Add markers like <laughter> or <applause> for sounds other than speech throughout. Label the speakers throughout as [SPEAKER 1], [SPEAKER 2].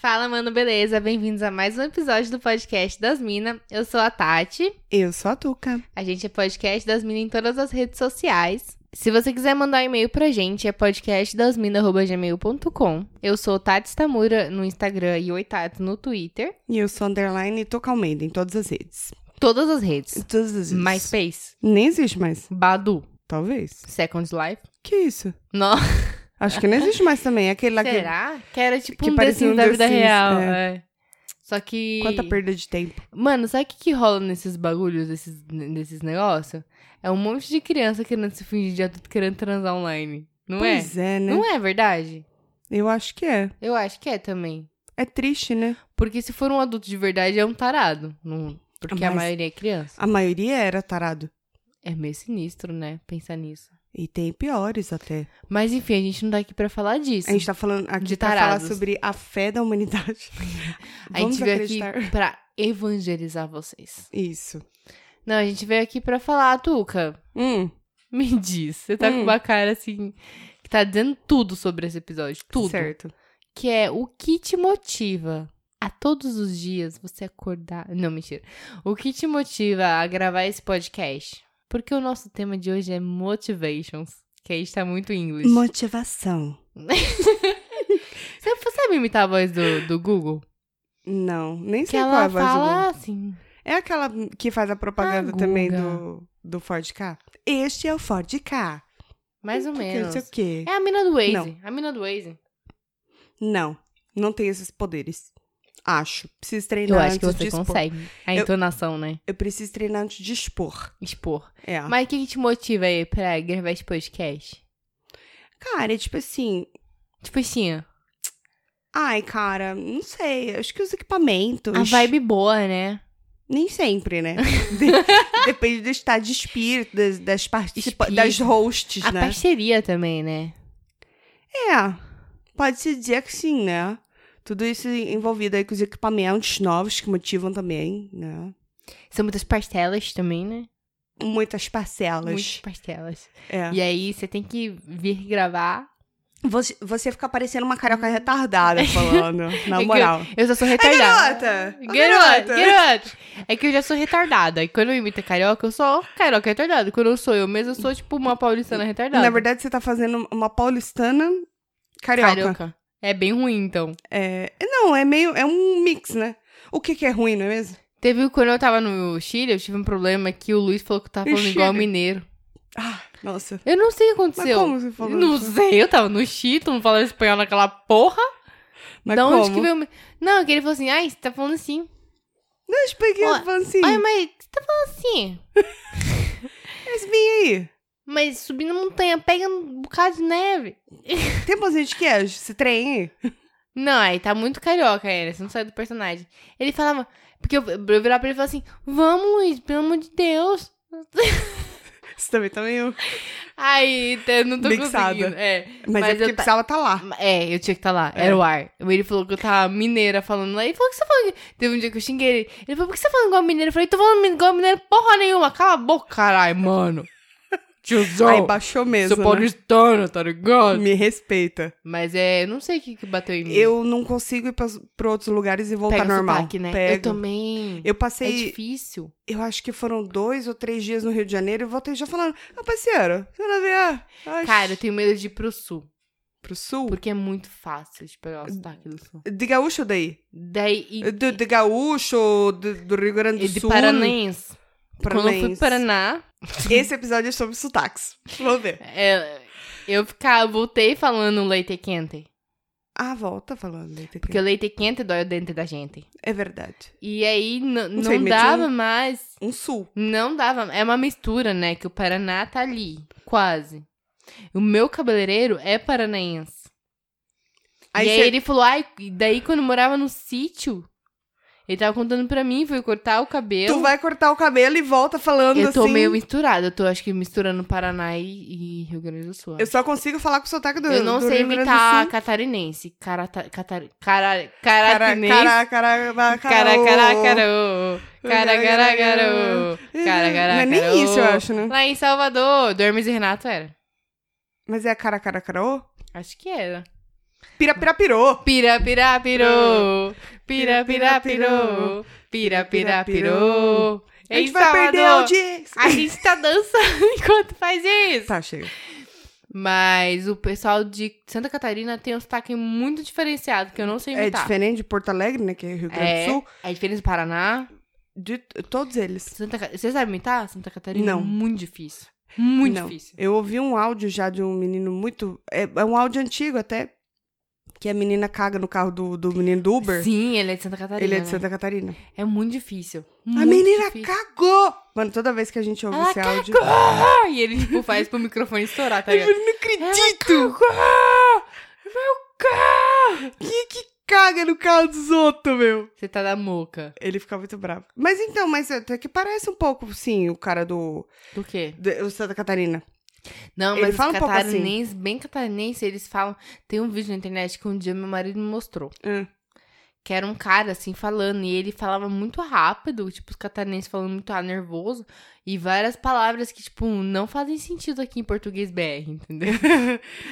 [SPEAKER 1] Fala, mano, beleza? Bem-vindos a mais um episódio do podcast das Minas. Eu sou a Tati.
[SPEAKER 2] Eu sou a Tuca.
[SPEAKER 1] A gente é podcast das Minas em todas as redes sociais. Se você quiser mandar um e-mail pra gente, é podcastdasmina.gmail.com. Eu sou Tati Stamura no Instagram e Oi Tati no Twitter.
[SPEAKER 2] E eu sou underline Tuca Almeida em todas as redes.
[SPEAKER 1] Todas as redes.
[SPEAKER 2] Todas as redes.
[SPEAKER 1] MySpace,
[SPEAKER 2] Nem existe mais.
[SPEAKER 1] Badu,
[SPEAKER 2] Talvez.
[SPEAKER 1] Second Life.
[SPEAKER 2] Que isso?
[SPEAKER 1] Não,
[SPEAKER 2] Acho que não existe mais também. Aquele lá
[SPEAKER 1] será? Que era tipo
[SPEAKER 2] que
[SPEAKER 1] um
[SPEAKER 2] parecia
[SPEAKER 1] desenho
[SPEAKER 2] um
[SPEAKER 1] da
[SPEAKER 2] The
[SPEAKER 1] vida
[SPEAKER 2] Sims,
[SPEAKER 1] real.
[SPEAKER 2] é.
[SPEAKER 1] é. Só que...
[SPEAKER 2] que... Quanta perda de tempo.
[SPEAKER 1] Mano, sabe o que, que rola nesses bagulhos, desses, desses negócios? É um monte de criança querendo se fingir de adulto, querendo transar online. Não
[SPEAKER 2] pois é,
[SPEAKER 1] é?
[SPEAKER 2] né?
[SPEAKER 1] Não é verdade?
[SPEAKER 2] Eu acho que é.
[SPEAKER 1] Eu acho que é também.
[SPEAKER 2] É triste, né?
[SPEAKER 1] Porque se for um adulto de verdade, é um tarado. Não- Porque a
[SPEAKER 2] Mas-
[SPEAKER 1] maioria é criança.
[SPEAKER 2] A maioria era tarado.
[SPEAKER 1] É meio sinistro, né? Pensar nisso.
[SPEAKER 2] E tem piores até.
[SPEAKER 1] Mas enfim, a gente não tá aqui pra falar disso.
[SPEAKER 2] A gente tá falando aqui
[SPEAKER 1] De
[SPEAKER 2] pra falar
[SPEAKER 1] tarados.
[SPEAKER 2] sobre a fé da humanidade.
[SPEAKER 1] <laughs> A gente
[SPEAKER 2] Vamos
[SPEAKER 1] veio
[SPEAKER 2] acreditar. <laughs>
[SPEAKER 1] aqui pra evangelizar vocês.
[SPEAKER 2] Isso.
[SPEAKER 1] Não, a gente veio aqui pra falar, Tuca. <laughs>
[SPEAKER 2] Hum,
[SPEAKER 1] Me diz. Você tá com
[SPEAKER 2] Hum.
[SPEAKER 1] uma cara assim. Que tá dizendo tudo sobre esse episódio. Tudo.
[SPEAKER 2] Certo.
[SPEAKER 1] que é o que te motiva a todos os dias você acordar. Não, mentira. O que te motiva a gravar esse podcast? Porque o nosso tema de hoje é motivations. Que aí está muito em inglês.
[SPEAKER 2] Motivação.
[SPEAKER 1] Você você sabe imitar a voz do, do Google?
[SPEAKER 2] Não, nem
[SPEAKER 1] que
[SPEAKER 2] sei qual é
[SPEAKER 1] ela
[SPEAKER 2] a voz do Google.
[SPEAKER 1] fala assim.
[SPEAKER 2] É aquela que faz a propaganda
[SPEAKER 1] A
[SPEAKER 2] também
[SPEAKER 1] Guga.
[SPEAKER 2] do, do Ford K? Este é o Ford K.
[SPEAKER 1] Mais ou
[SPEAKER 2] Não sei o quê,
[SPEAKER 1] menos.
[SPEAKER 2] Não sei o quê.
[SPEAKER 1] É a mina do Waze.
[SPEAKER 2] Não.
[SPEAKER 1] A mina do Waze.
[SPEAKER 2] Não, não tem esses poderes. Acho. Preciso treinar
[SPEAKER 1] Eu acho que
[SPEAKER 2] antes
[SPEAKER 1] você
[SPEAKER 2] de expor.
[SPEAKER 1] consegue. A
[SPEAKER 2] Eu-
[SPEAKER 1] entonação, né?
[SPEAKER 2] Eu preciso treinar antes de expor.
[SPEAKER 1] Expor.
[SPEAKER 2] É.
[SPEAKER 1] Mas o que, que te motiva aí pra gravar esse podcast?
[SPEAKER 2] Cara, é tipo assim.
[SPEAKER 1] Tipo assim, ó,
[SPEAKER 2] Ai, cara, não sei. Acho que os equipamentos.
[SPEAKER 1] a vibe boa, né?
[SPEAKER 2] Nem
[SPEAKER 1] <laughs>
[SPEAKER 2] sempre, né? De- Depende do estado de espírito, das, das participantes, das
[SPEAKER 1] Espírito.
[SPEAKER 2] hosts,
[SPEAKER 1] A
[SPEAKER 2] né?
[SPEAKER 1] parceria também, né?
[SPEAKER 2] É, pode-se dizer que sim, né? Tudo isso envolvido aí com os equipamentos novos que motivam também, né?
[SPEAKER 1] São muitas parcelas também, né?
[SPEAKER 2] Muitas parcelas.
[SPEAKER 1] Muitas parcelas.
[SPEAKER 2] É.
[SPEAKER 1] E aí você tem que vir gravar.
[SPEAKER 2] Você, você fica parecendo uma carioca
[SPEAKER 1] <laughs>
[SPEAKER 2] retardada falando, na moral.
[SPEAKER 1] Eu já sou
[SPEAKER 2] Ai,
[SPEAKER 1] retardada.
[SPEAKER 2] garota! Ô,
[SPEAKER 1] Garota, garota. É que eu já sou retardada. E quando eu imito carioca, eu sou carioca retardada. Quando eu sou eu mesma, eu sou tipo uma paulistana retardada.
[SPEAKER 2] Na verdade, você tá fazendo uma paulistana carioca.
[SPEAKER 1] carioca. É bem ruim, então.
[SPEAKER 2] É, não, é meio... É um mix, né? O que que é ruim, não é mesmo?
[SPEAKER 1] Teve um, quando eu tava no Chile, eu tive um problema que o Luiz falou que eu tava
[SPEAKER 2] No
[SPEAKER 1] falando igual
[SPEAKER 2] Chile?
[SPEAKER 1] mineiro.
[SPEAKER 2] Ah, nossa.
[SPEAKER 1] Eu não sei o que
[SPEAKER 2] Mas
[SPEAKER 1] aconteceu.
[SPEAKER 2] como você falou?
[SPEAKER 1] Não sei, eu tava no Chile, todo mundo falando espanhol naquela porra.
[SPEAKER 2] Mas
[SPEAKER 1] da onde
[SPEAKER 2] como?
[SPEAKER 1] que veio. Não, que ele falou assim: ai, você tá falando assim.
[SPEAKER 2] Não, eu peguei
[SPEAKER 1] Olha-
[SPEAKER 2] falando assim.
[SPEAKER 1] Ai, mas você tá falando assim?
[SPEAKER 2] Mas vem aí.
[SPEAKER 1] Mas subindo montanha, pega um bocado de neve.
[SPEAKER 2] Tem bastante de queijo? Esse trem aí?
[SPEAKER 1] Não, aí tá muito carioca ele, você não sai do personagem. Ele falava, porque eu, eu virava pra ele e falava assim, vamos Luiz, pelo amor de Deus.
[SPEAKER 2] Você também tá meio.
[SPEAKER 1] Aí tá, eu não tô
[SPEAKER 2] Mixada.
[SPEAKER 1] conseguindo. É,
[SPEAKER 2] Mas,
[SPEAKER 1] Mas
[SPEAKER 2] é porque
[SPEAKER 1] eu ta-
[SPEAKER 2] precisava tá lá.
[SPEAKER 1] é, eu tinha que estar tá lá, era o ar. Ele falou que eu tava mineira falando lá, ele falou que você tá falando... que-" Teve um dia que eu xinguei ele, ele falou, por que você tá falando igual mineiro? Eu falei, tô falando igual mineiro porra nenhuma, cala a boca, caralho, mano.
[SPEAKER 2] Aí
[SPEAKER 1] Tiozão,
[SPEAKER 2] baixou mesmo.
[SPEAKER 1] sou paulistano, tá ligado?
[SPEAKER 2] né? Me respeita.
[SPEAKER 1] Mas é, eu não sei o que, que bateu em mim.
[SPEAKER 2] Eu não consigo ir pra, pra outros lugares e voltar
[SPEAKER 1] Pega
[SPEAKER 2] normal.
[SPEAKER 1] sotaque, né?
[SPEAKER 2] Pego.
[SPEAKER 1] Eu também.
[SPEAKER 2] Eu
[SPEAKER 1] É
[SPEAKER 2] passei,
[SPEAKER 1] difícil.
[SPEAKER 2] eu acho que foram dois ou três dias no Rio de Janeiro e voltei já falando, ah, parceiro, você não vier? Ai,
[SPEAKER 1] Cara, eu tenho medo de ir pro sul.
[SPEAKER 2] pro sul?
[SPEAKER 1] Porque é muito fácil de pegar o sotaque do sul.
[SPEAKER 2] De gaúcho daí?
[SPEAKER 1] Daí. E,
[SPEAKER 2] De, de gaúcho, de- do Rio Grande do
[SPEAKER 1] e de
[SPEAKER 2] Sul.
[SPEAKER 1] paranaense. Quando eu fui pro
[SPEAKER 2] Paranaense.
[SPEAKER 1] Paraná,
[SPEAKER 2] Esse episódio é sobre sotaques. Vamos ver.
[SPEAKER 1] é, eu ficava, voltei falando leite quente.
[SPEAKER 2] Ah, volta falando. né,
[SPEAKER 1] Porque o leite quente dói o dente da gente.
[SPEAKER 2] É verdade.
[SPEAKER 1] E aí n- não,
[SPEAKER 2] sei, meti
[SPEAKER 1] dava
[SPEAKER 2] um-
[SPEAKER 1] mais.
[SPEAKER 2] Um sul.
[SPEAKER 1] Não dava. É uma mistura, né? Que o Paraná tá ali. Quase. O meu cabeleireiro é paranaense. e aí
[SPEAKER 2] cê-
[SPEAKER 1] ele falou, ai, e daí quando eu morava no sítio, ele tava contando pra mim, foi cortar o cabelo.
[SPEAKER 2] Tu vai cortar o cabelo e volta falando
[SPEAKER 1] eu tô
[SPEAKER 2] assim.
[SPEAKER 1] meio misturada, eu tô acho que misturando Paraná e, e Rio Grande do Sul.
[SPEAKER 2] Eu só consigo falar com o sotaque do
[SPEAKER 1] Eu não
[SPEAKER 2] do
[SPEAKER 1] sei
[SPEAKER 2] Rio Grande do
[SPEAKER 1] imitar
[SPEAKER 2] Sul.
[SPEAKER 1] catarinense. Carata, catar, cara,
[SPEAKER 2] Cara,
[SPEAKER 1] caratinense.
[SPEAKER 2] cara, cara,
[SPEAKER 1] Cara,
[SPEAKER 2] cara,
[SPEAKER 1] cara, cara, cara, cara,
[SPEAKER 2] Caracaracaro.
[SPEAKER 1] cara, cara,
[SPEAKER 2] Não é
[SPEAKER 1] cara,
[SPEAKER 2] nem isso, eu acho, né?
[SPEAKER 1] Lá em Salvador, Dormes e Renato era.
[SPEAKER 2] Mas é cara, cara, cara, ô?
[SPEAKER 1] Acho que era.
[SPEAKER 2] Pira, pira, pirou.
[SPEAKER 1] Pira, pira, pirou. Pira, pira, pirou. Pira, pira, pirou.
[SPEAKER 2] A gente
[SPEAKER 1] Em
[SPEAKER 2] vai perder a
[SPEAKER 1] Salvador,
[SPEAKER 2] audiência.
[SPEAKER 1] Então, A gente tá dançando <laughs> enquanto faz isso.
[SPEAKER 2] Tá, chega.
[SPEAKER 1] Mas o pessoal de Santa Catarina tem um sotaque muito diferenciado, que eu não sei
[SPEAKER 2] É
[SPEAKER 1] imitar.
[SPEAKER 2] diferente de Porto Alegre, né? Que é Rio Grande
[SPEAKER 1] tá. É.
[SPEAKER 2] do Sul.
[SPEAKER 1] É diferente do Paraná.
[SPEAKER 2] De t- todos eles.
[SPEAKER 1] Santa Ca- Você sabe imitar Santa Catarina?
[SPEAKER 2] Não.
[SPEAKER 1] Muito difícil. Muito
[SPEAKER 2] Não.
[SPEAKER 1] difícil.
[SPEAKER 2] Eu ouvi um áudio já de um menino muito. É, é um áudio antigo até. Que a menina caga no carro do, do menino do Uber.
[SPEAKER 1] Sim, ele é de Santa Catarina.
[SPEAKER 2] Ele é de
[SPEAKER 1] né?
[SPEAKER 2] Santa Catarina.
[SPEAKER 1] É muito difícil.
[SPEAKER 2] a
[SPEAKER 1] muito
[SPEAKER 2] menina
[SPEAKER 1] difícil.
[SPEAKER 2] cagou! Mano, toda vez que a gente ouve
[SPEAKER 1] Ela
[SPEAKER 2] esse áudio.
[SPEAKER 1] Ah, <laughs> e ele, tipo, faz pro microfone estourar, tá ligado?
[SPEAKER 2] Eu não
[SPEAKER 1] Ela
[SPEAKER 2] acredito! Quem é que caga no carro dos outros, meu?
[SPEAKER 1] Você tá da moca.
[SPEAKER 2] Ele fica muito bravo. Mas então, mas até que parece um pouco, sim, o cara do.
[SPEAKER 1] Do quê?
[SPEAKER 2] do Santa Catarina.
[SPEAKER 1] Não,
[SPEAKER 2] Ele
[SPEAKER 1] mas
[SPEAKER 2] fala um
[SPEAKER 1] os
[SPEAKER 2] pouco assim.
[SPEAKER 1] catarinenses, bem catarinenses, eles falam... Tem um vídeo na internet que um dia meu marido me mostrou.
[SPEAKER 2] Hum.
[SPEAKER 1] Que era um cara, assim, falando. E ele falava muito rápido. Tipo, os catarinenses falando muito ah, nervoso. E várias palavras que, tipo, não fazem sentido aqui em português BR, entendeu?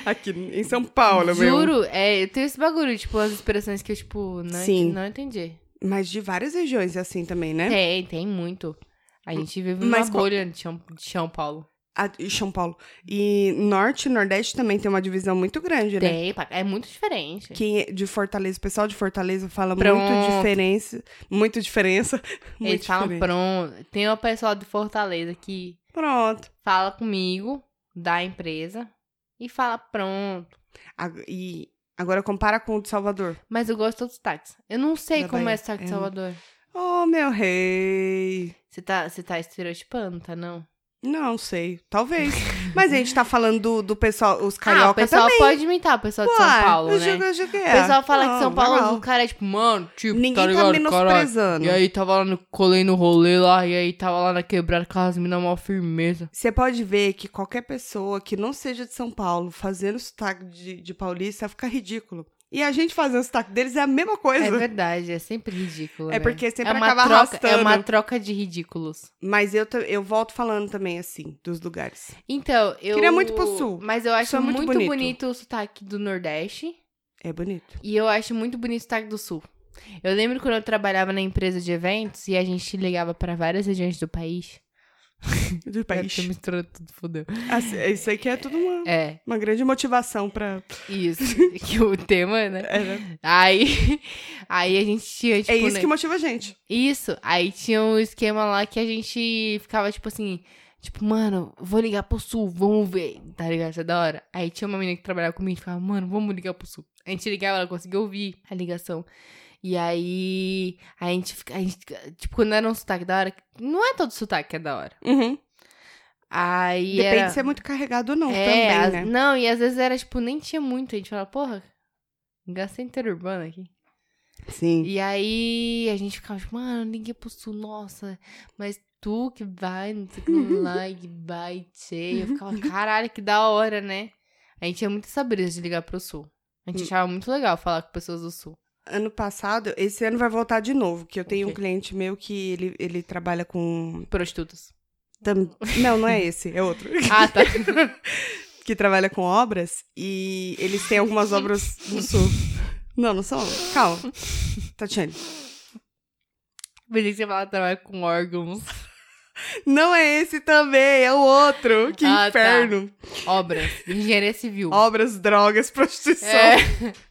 [SPEAKER 2] Aqui em São Paulo, meu.
[SPEAKER 1] Juro, é, eu tenho esse bagulho. Tipo, as expressões que eu, tipo, não,
[SPEAKER 2] Sim.
[SPEAKER 1] não entendi.
[SPEAKER 2] Mas de várias regiões é assim também, né?
[SPEAKER 1] Tem, tem muito. A gente vive
[SPEAKER 2] Mas
[SPEAKER 1] numa
[SPEAKER 2] qual-
[SPEAKER 1] bolha de São, de São Paulo.
[SPEAKER 2] A- e São Paulo. E Norte e Nordeste também tem uma divisão muito grande, né?
[SPEAKER 1] Tem, pá, é muito diferente.
[SPEAKER 2] Quem é de Fortaleza, o pessoal de Fortaleza fala muito
[SPEAKER 1] Pronto.
[SPEAKER 2] diferença. Muito diferença. <laughs> Muito
[SPEAKER 1] Eles falam
[SPEAKER 2] diferente.
[SPEAKER 1] pronto. Tem o pessoal de Fortaleza que
[SPEAKER 2] Pronto.
[SPEAKER 1] fala comigo, da empresa, e fala pronto.
[SPEAKER 2] Ag- E agora compara com o de Salvador.
[SPEAKER 1] Mas eu gosto de todos os táxis. Eu não sei
[SPEAKER 2] Da
[SPEAKER 1] como
[SPEAKER 2] Bahia.
[SPEAKER 1] é o sotaque
[SPEAKER 2] É.
[SPEAKER 1] de Salvador.
[SPEAKER 2] Oh, meu rei.
[SPEAKER 1] Você tá, você tá estereotipando, tá não?
[SPEAKER 2] Não sei.
[SPEAKER 1] <laughs>
[SPEAKER 2] Talvez. Mas a gente tá falando do, do pessoal,
[SPEAKER 1] ah,
[SPEAKER 2] os
[SPEAKER 1] o
[SPEAKER 2] carioca
[SPEAKER 1] pessoal
[SPEAKER 2] também.
[SPEAKER 1] pode imitar o pessoal de São
[SPEAKER 2] Uai,
[SPEAKER 1] Paulo,
[SPEAKER 2] eu
[SPEAKER 1] né?
[SPEAKER 2] jogo- eu
[SPEAKER 1] O
[SPEAKER 2] jogo- é.
[SPEAKER 1] pessoal fala que
[SPEAKER 2] Não,
[SPEAKER 1] São Paulo,
[SPEAKER 2] normal.
[SPEAKER 1] o cara é tipo, mano, tipo,
[SPEAKER 2] Ninguém
[SPEAKER 1] tá
[SPEAKER 2] tá,
[SPEAKER 1] ligado, caralho.
[SPEAKER 2] menosprezando.
[SPEAKER 1] E aí tava lá no colei no rolê lá, e aí tava lá na quebrada com as minas mó firmeza.
[SPEAKER 2] Você pode ver que qualquer pessoa que não seja de São Paulo fazendo sotaque de, de paulista fica ridículo. E a gente fazendo sotaque deles é a mesma coisa.
[SPEAKER 1] É verdade, é sempre ridículo.
[SPEAKER 2] É
[SPEAKER 1] né?
[SPEAKER 2] porque sempre
[SPEAKER 1] é uma
[SPEAKER 2] acaba
[SPEAKER 1] troca, É
[SPEAKER 2] arrastando.
[SPEAKER 1] uma troca de ridículos.
[SPEAKER 2] Mas eu, ta- eu volto falando também assim, dos lugares.
[SPEAKER 1] Então, eu.
[SPEAKER 2] Queria muito pro sul.
[SPEAKER 1] Mas eu acho
[SPEAKER 2] é muito
[SPEAKER 1] muito,
[SPEAKER 2] bonito.
[SPEAKER 1] bonito. o sotaque do Nordeste.
[SPEAKER 2] É bonito.
[SPEAKER 1] E eu acho muito bonito o sotaque do Sul. Eu lembro quando eu trabalhava na empresa de eventos e a gente ligava pra várias regiões do país.
[SPEAKER 2] Do
[SPEAKER 1] Eu tô
[SPEAKER 2] país.
[SPEAKER 1] misturando tudo, fodeu.
[SPEAKER 2] É, Assim, é Isso aqui é tudo uma,
[SPEAKER 1] É,
[SPEAKER 2] uma grande motivação pra.
[SPEAKER 1] isso. <laughs> que o tema, né?
[SPEAKER 2] É, né?
[SPEAKER 1] Aí, <laughs> aí a gente tinha, tipo,
[SPEAKER 2] É isso
[SPEAKER 1] né?
[SPEAKER 2] que motiva a gente.
[SPEAKER 1] Isso. Aí tinha um esquema lá que a gente ficava, tipo assim, tipo, mano, vou ligar pro sul, vamos ver. Tá ligado? Isso é da hora. Aí tinha uma menina que trabalhava comigo e ficava, mano, vamos ligar pro sul. A gente ligava, ela conseguia ouvir a ligação. E aí, a gente, fica- a gente, fica- tipo, quando era um sotaque da hora, não é todo sotaque que é da hora.
[SPEAKER 2] Uhum.
[SPEAKER 1] Aí
[SPEAKER 2] Depende
[SPEAKER 1] era...
[SPEAKER 2] se é muito carregado ou não
[SPEAKER 1] É, as-
[SPEAKER 2] também, né?
[SPEAKER 1] Não, e às vezes era, tipo, nem tinha muito. A gente falava, porra, gastei interurbano aqui.
[SPEAKER 2] Sim.
[SPEAKER 1] E aí a gente ficava tipo, mano, liguei pro sul, nossa, mas tu que vai, não sei o que lá, e que vai, tchê. Eu ficava,
[SPEAKER 2] <laughs>
[SPEAKER 1] caralho, que da hora, né? A gente tinha muito essa brisa de ligar pro sul. A
[SPEAKER 2] Hum.
[SPEAKER 1] gente achava muito legal falar com pessoas do sul.
[SPEAKER 2] Ano passado, esse ano vai voltar de novo, que eu tenho um
[SPEAKER 1] Ok.
[SPEAKER 2] cliente meu que ele, ele trabalha com.
[SPEAKER 1] Prostitutas.
[SPEAKER 2] tam- Não, não é esse, é outro. <laughs>
[SPEAKER 1] Ah, tá. <laughs>
[SPEAKER 2] que trabalha com obras e eles têm algumas obras no sul. Não, não são. Calma. Tatiane.
[SPEAKER 1] Pensei que você falava trabalha com órgãos,
[SPEAKER 2] Não é esse também, é o outro. Que
[SPEAKER 1] Ah, tá.
[SPEAKER 2] inferno.
[SPEAKER 1] obras, engenharia civil.
[SPEAKER 2] Obras, drogas, prostituição,
[SPEAKER 1] É.
[SPEAKER 2] <laughs>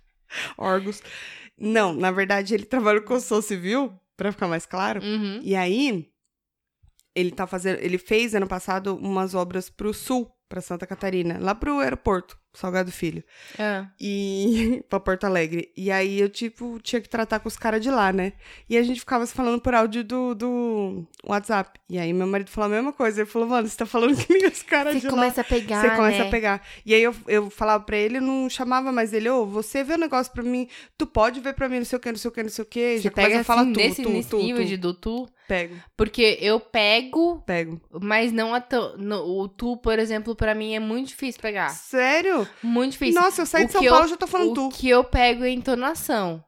[SPEAKER 2] órgãos. Não, na verdade ele trabalha com construção civil, pra ficar mais claro.
[SPEAKER 1] Uhum.
[SPEAKER 2] E aí, ele tá fazendo, ele fez ano passado umas obras pro sul, pra Santa Catarina, lá pro aeroporto, Salgado Filho, Ah.
[SPEAKER 1] É.
[SPEAKER 2] e <laughs> pra Porto Alegre. E aí eu tipo tinha que tratar com os caras de lá, né? E a gente ficava se falando por áudio do, do WhatsApp. E aí meu marido falou a mesma coisa, ele falou: "Mano, você tá falando que nem os caras de
[SPEAKER 1] Você
[SPEAKER 2] lá".
[SPEAKER 1] começa a pegar,
[SPEAKER 2] Você começa
[SPEAKER 1] né?
[SPEAKER 2] a pegar. E aí eu, eu falava pra ele, eu não chamava mais ele, ô, você vê o negócio pra mim, tu pode ver pra mim, não sei o que, não sei o que, não sei o que.
[SPEAKER 1] Você
[SPEAKER 2] Já
[SPEAKER 1] pega
[SPEAKER 2] começa a
[SPEAKER 1] assim,
[SPEAKER 2] falar tu,
[SPEAKER 1] nesse,
[SPEAKER 2] tu,
[SPEAKER 1] nesse
[SPEAKER 2] tu,
[SPEAKER 1] nível
[SPEAKER 2] tu.
[SPEAKER 1] de do tu.
[SPEAKER 2] Pego,
[SPEAKER 1] Porque eu pego,
[SPEAKER 2] pego.
[SPEAKER 1] mas não a to- no- o tu, por exemplo, pra mim é muito difícil pegar.
[SPEAKER 2] Sério?
[SPEAKER 1] Muito difícil.
[SPEAKER 2] Nossa, eu saí
[SPEAKER 1] O
[SPEAKER 2] de São
[SPEAKER 1] que eu-
[SPEAKER 2] Paulo e já tô falando
[SPEAKER 1] o
[SPEAKER 2] tu.
[SPEAKER 1] que eu pego é entonação.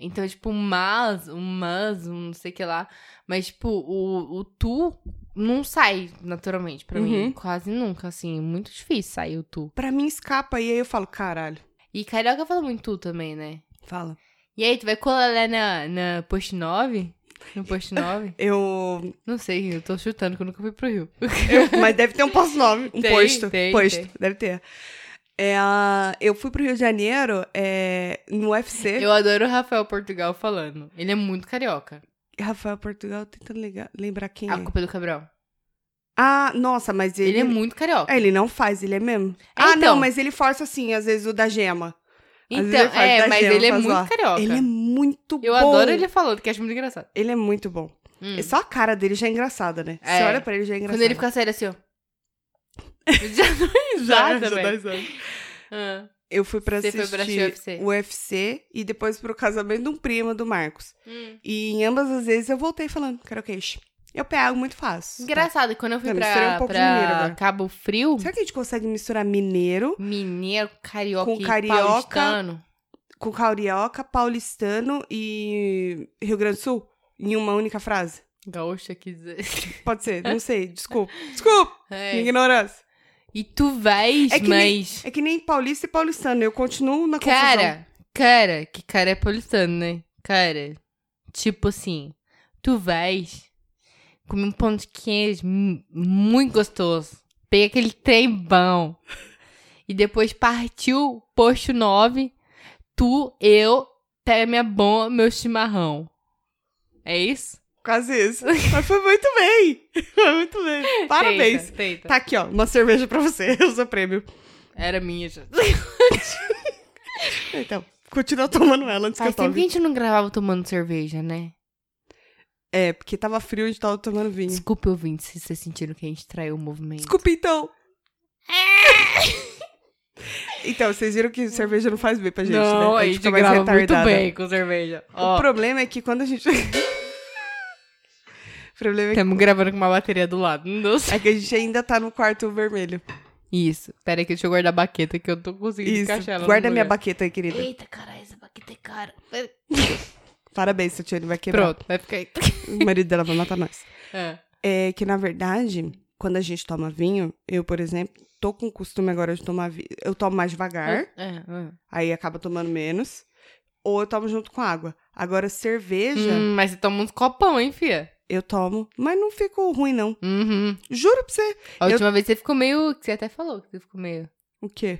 [SPEAKER 1] Então, tipo, mas, um mas, um não sei o que lá. Mas, tipo, o, o tu não sai naturalmente pra
[SPEAKER 2] Uhum.
[SPEAKER 1] mim. Quase nunca, assim. Muito difícil sair o tu.
[SPEAKER 2] Pra mim escapa, e aí eu falo, caralho.
[SPEAKER 1] E carioca fala muito tu também, né?
[SPEAKER 2] Fala.
[SPEAKER 1] E aí, tu vai colar lá na, na Post 9? No Post
[SPEAKER 2] <laughs>
[SPEAKER 1] 9?
[SPEAKER 2] Eu.
[SPEAKER 1] Não sei, eu tô chutando que eu nunca fui pro Rio. <laughs>
[SPEAKER 2] eu- mas deve ter um posto nome. Um
[SPEAKER 1] Tem,
[SPEAKER 2] posto.
[SPEAKER 1] tem,
[SPEAKER 2] posto.
[SPEAKER 1] tem.
[SPEAKER 2] Deve ter. É, ah, eu fui pro Rio de Janeiro é, no UFC.
[SPEAKER 1] Eu adoro o Rafael Portugal falando. Ele é muito carioca.
[SPEAKER 2] Rafael Portugal tentando ligar- lembrar quem
[SPEAKER 1] A
[SPEAKER 2] é.
[SPEAKER 1] culpa é do Cabral.
[SPEAKER 2] Ah, nossa, mas ele.
[SPEAKER 1] Ele é muito carioca.
[SPEAKER 2] É, ele não faz, ele é mesmo.
[SPEAKER 1] É,
[SPEAKER 2] ah,
[SPEAKER 1] então.
[SPEAKER 2] não, mas ele força assim, às vezes o da gema. Às vezes
[SPEAKER 1] Então,
[SPEAKER 2] ele faz
[SPEAKER 1] é,
[SPEAKER 2] da
[SPEAKER 1] mas
[SPEAKER 2] gema
[SPEAKER 1] ele é
[SPEAKER 2] pra
[SPEAKER 1] muito
[SPEAKER 2] zoar.
[SPEAKER 1] carioca.
[SPEAKER 2] Ele é muito
[SPEAKER 1] Eu
[SPEAKER 2] bom.
[SPEAKER 1] adoro ele falando, que eu acho muito engraçado.
[SPEAKER 2] Ele é muito bom.
[SPEAKER 1] Hum.
[SPEAKER 2] É Só a cara dele já é engraçada, né? Você
[SPEAKER 1] É.
[SPEAKER 2] olha pra ele já é engraçado.
[SPEAKER 1] Quando ele fica sério assim,
[SPEAKER 2] <laughs>
[SPEAKER 1] ó. <laughs> Já não é
[SPEAKER 2] já,
[SPEAKER 1] risada,
[SPEAKER 2] já dá
[SPEAKER 1] velho.
[SPEAKER 2] risada.
[SPEAKER 1] Ah.
[SPEAKER 2] Eu fui pra
[SPEAKER 1] Você foi pra assistir
[SPEAKER 2] assistir
[SPEAKER 1] UFC.
[SPEAKER 2] o UFC e depois pro casamento de um primo do Marcos.
[SPEAKER 1] Hum.
[SPEAKER 2] E em ambas as vezes eu voltei falando carioquês. Eu pego muito fácil. tá?
[SPEAKER 1] Engraçado, quando eu fui
[SPEAKER 2] Eu misturei
[SPEAKER 1] pra,
[SPEAKER 2] um pouco de mineiro
[SPEAKER 1] pra
[SPEAKER 2] agora. é
[SPEAKER 1] Cabo Frio,
[SPEAKER 2] Será que a gente consegue misturar mineiro
[SPEAKER 1] mineiro, carioca
[SPEAKER 2] Com
[SPEAKER 1] e
[SPEAKER 2] carioca.
[SPEAKER 1] paulistano.
[SPEAKER 2] com carioca, paulistano e Rio Grande do Sul em uma única frase?
[SPEAKER 1] Gaúcha quer dizer. <laughs>
[SPEAKER 2] Pode ser, não sei, desculpa. Desculpa,
[SPEAKER 1] É.
[SPEAKER 2] minha ignorância.
[SPEAKER 1] E tu vais,
[SPEAKER 2] É que nem-
[SPEAKER 1] mas...
[SPEAKER 2] É que nem paulista e paulistano, eu continuo
[SPEAKER 1] Tá
[SPEAKER 2] na confusão.
[SPEAKER 1] Cara, cara, que cara é paulistano, né? Cara, tipo assim, tu vais comer um pão de queijo mu- muito gostoso, pega aquele trem bom e depois partiu posto 9, tu, eu, pega minha bomba, meu chimarrão. É isso?
[SPEAKER 2] Quase
[SPEAKER 1] <laughs>
[SPEAKER 2] isso. Mas foi muito bem. <laughs> Foi muito bem. Parabéns.
[SPEAKER 1] Tenta, tenta.
[SPEAKER 2] Tá aqui, ó, uma cerveja pra você, <laughs> o seu prêmio.
[SPEAKER 1] Era minha já.
[SPEAKER 2] Então, continua tomando ela antes
[SPEAKER 1] Faz
[SPEAKER 2] que eu
[SPEAKER 1] tempo que a
[SPEAKER 2] tome.
[SPEAKER 1] gente não gravava tomando cerveja, né?
[SPEAKER 2] É, porque tava frio, a gente tava tomando vinho.
[SPEAKER 1] Desculpe, ouvinte, se vocês sentiram que a gente traiu o movimento.
[SPEAKER 2] Desculpa,
[SPEAKER 1] <laughs>
[SPEAKER 2] então. Então, vocês viram que cerveja não faz bem pra gente, né?
[SPEAKER 1] não, a gente,
[SPEAKER 2] fica mais
[SPEAKER 1] grava muito
[SPEAKER 2] retardada.
[SPEAKER 1] bem com cerveja.
[SPEAKER 2] O
[SPEAKER 1] Ó,
[SPEAKER 2] problema é que quando a gente... <laughs> o problema é que-
[SPEAKER 1] estamos gravando com uma bateria do lado. Não deu certo.
[SPEAKER 2] é que a gente ainda tá no quarto vermelho.
[SPEAKER 1] Isso. Pera aí que deixa eu guardar a baqueta que eu não tô conseguindo
[SPEAKER 2] Isso,
[SPEAKER 1] encaixar ela
[SPEAKER 2] guarda
[SPEAKER 1] no
[SPEAKER 2] minha
[SPEAKER 1] lugar.
[SPEAKER 2] baqueta aí, querida.
[SPEAKER 1] Eita, caralho, essa baqueta é cara.
[SPEAKER 2] Parabéns, seu tio, ele vai quebrar.
[SPEAKER 1] Pronto, vai
[SPEAKER 2] <laughs>
[SPEAKER 1] ficar aí.
[SPEAKER 2] O marido dela vai matar nós.
[SPEAKER 1] É.
[SPEAKER 2] É que, na verdade, quando a gente toma vinho, eu, por exemplo, tô com o costume agora de tomar vinho. Eu tomo mais devagar,
[SPEAKER 1] É, é.
[SPEAKER 2] aí acaba tomando menos. Ou eu tomo junto com água. Agora, cerveja,
[SPEAKER 1] Hum, mas você toma uns copão, hein, fia?
[SPEAKER 2] eu tomo, mas não fico ruim, não.
[SPEAKER 1] Uhum.
[SPEAKER 2] Juro pra você.
[SPEAKER 1] A
[SPEAKER 2] Eu-
[SPEAKER 1] última vez você ficou meio... que Você até falou que você ficou meio <laughs>
[SPEAKER 2] O quê?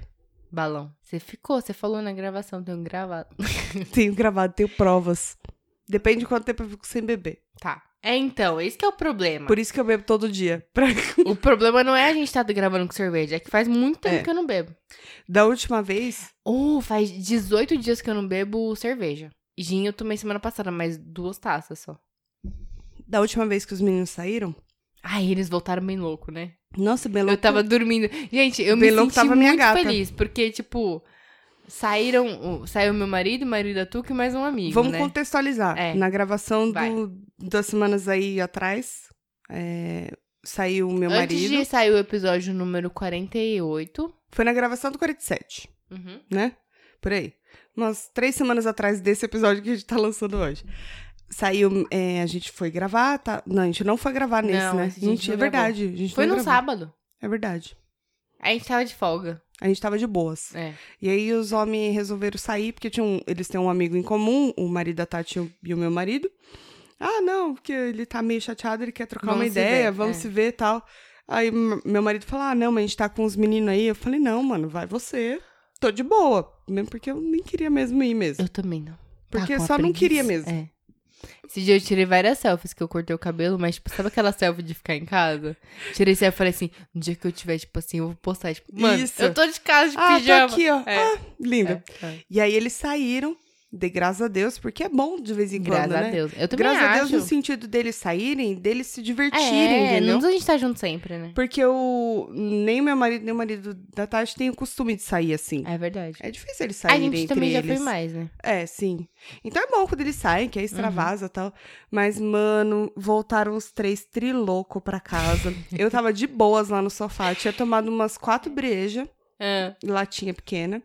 [SPEAKER 1] balão. Você ficou, você falou na gravação, tem um gravado.
[SPEAKER 2] Tenho gravado, tenho provas. Depende de quanto tempo eu fico sem beber.
[SPEAKER 1] Tá. É, então, esse que é o problema.
[SPEAKER 2] Por isso que eu bebo todo dia. <laughs> Pra-
[SPEAKER 1] O problema não é a gente estar gravando com cerveja, é que faz muito tempo
[SPEAKER 2] É.
[SPEAKER 1] que eu não bebo.
[SPEAKER 2] Da última vez,
[SPEAKER 1] Oh, faz 18 dias que eu não bebo cerveja. Gin eu tomei semana passada, mas duas taças só.
[SPEAKER 2] da última vez que os meninos saíram,
[SPEAKER 1] Ai, eles voltaram bem louco, né?
[SPEAKER 2] nossa, bem
[SPEAKER 1] Eu
[SPEAKER 2] louco.
[SPEAKER 1] tava dormindo. Gente, eu
[SPEAKER 2] Bem
[SPEAKER 1] me
[SPEAKER 2] louco
[SPEAKER 1] senti
[SPEAKER 2] tava
[SPEAKER 1] muito
[SPEAKER 2] minha gata.
[SPEAKER 1] feliz, porque, tipo, saíram... o- Saiu meu marido, o marido da Tuca e mais um amigo,
[SPEAKER 2] Vamos
[SPEAKER 1] né?
[SPEAKER 2] contextualizar.
[SPEAKER 1] É.
[SPEAKER 2] Na gravação
[SPEAKER 1] Vai.
[SPEAKER 2] do, das semanas aí atrás, é, saiu o meu
[SPEAKER 1] Antes
[SPEAKER 2] marido.
[SPEAKER 1] de sair o episódio número 48...
[SPEAKER 2] Foi na gravação do 47,
[SPEAKER 1] Uhum.
[SPEAKER 2] né? Por aí. Umas três semanas atrás desse episódio que a gente tá lançando hoje. Saiu, é, a gente foi gravar, tá? Não, a gente não foi gravar nesse,
[SPEAKER 1] Não,
[SPEAKER 2] né?
[SPEAKER 1] esse a gente
[SPEAKER 2] tinha-
[SPEAKER 1] não
[SPEAKER 2] é verdade. A gente
[SPEAKER 1] Foi
[SPEAKER 2] não
[SPEAKER 1] num
[SPEAKER 2] gravou.
[SPEAKER 1] sábado.
[SPEAKER 2] É verdade.
[SPEAKER 1] A gente tava de folga.
[SPEAKER 2] A gente tava de boas.
[SPEAKER 1] É.
[SPEAKER 2] E aí os homens resolveram sair, porque tinha um- eles têm um amigo em comum, o marido da Tati e o- e o meu marido. Ah, não, porque ele tá meio chateado, ele quer trocar
[SPEAKER 1] Vamos
[SPEAKER 2] uma
[SPEAKER 1] se
[SPEAKER 2] ideia,
[SPEAKER 1] ver,
[SPEAKER 2] vamos
[SPEAKER 1] é.
[SPEAKER 2] se ver e tal. Aí m- meu marido falou, ah, não, mas a gente tá com os meninos aí. Eu falei, não, mano, vai você. Tô de boa. Mesmo porque eu nem queria mesmo
[SPEAKER 1] <laughs>
[SPEAKER 2] ir mesmo.
[SPEAKER 1] Eu também não.
[SPEAKER 2] Porque
[SPEAKER 1] Tava com
[SPEAKER 2] só
[SPEAKER 1] uma
[SPEAKER 2] não queria
[SPEAKER 1] preguiça.
[SPEAKER 2] mesmo.
[SPEAKER 1] É. Esse dia eu tirei várias selfies que eu cortei o cabelo, mas, tipo, sabe aquela selfie de ficar em casa? Tirei selfie e falei assim: no dia que eu tiver, tipo assim, eu vou postar, tipo, mano,
[SPEAKER 2] Isso.
[SPEAKER 1] eu tô de casa de
[SPEAKER 2] Ah, tô
[SPEAKER 1] pijama.
[SPEAKER 2] aqui, ó.
[SPEAKER 1] É.
[SPEAKER 2] Ah, linda.
[SPEAKER 1] É, é.
[SPEAKER 2] E aí eles saíram, de graças a Deus, porque é bom de vez em
[SPEAKER 1] Graças
[SPEAKER 2] quando,
[SPEAKER 1] a
[SPEAKER 2] né?
[SPEAKER 1] Deus. Eu também
[SPEAKER 2] Graças
[SPEAKER 1] acho.
[SPEAKER 2] a Deus no sentido deles saírem, deles se divertirem,
[SPEAKER 1] é,
[SPEAKER 2] entendeu?
[SPEAKER 1] não precisa a gente tá junto sempre, né?
[SPEAKER 2] Porque eu. Nem meu marido, nem o marido da Tati tem o costume de sair assim.
[SPEAKER 1] É verdade.
[SPEAKER 2] É difícil eles
[SPEAKER 1] a
[SPEAKER 2] saírem
[SPEAKER 1] gente
[SPEAKER 2] entre
[SPEAKER 1] também já
[SPEAKER 2] eles.
[SPEAKER 1] foi mais, né?
[SPEAKER 2] É, sim. Então é bom quando eles saem, que aí extravasa e tal. Mas, mano, voltaram os três triloco pra casa. eu tava de boas lá no sofá. Tinha tomado umas quatro brejas, É.
[SPEAKER 1] Ah,
[SPEAKER 2] latinha pequena.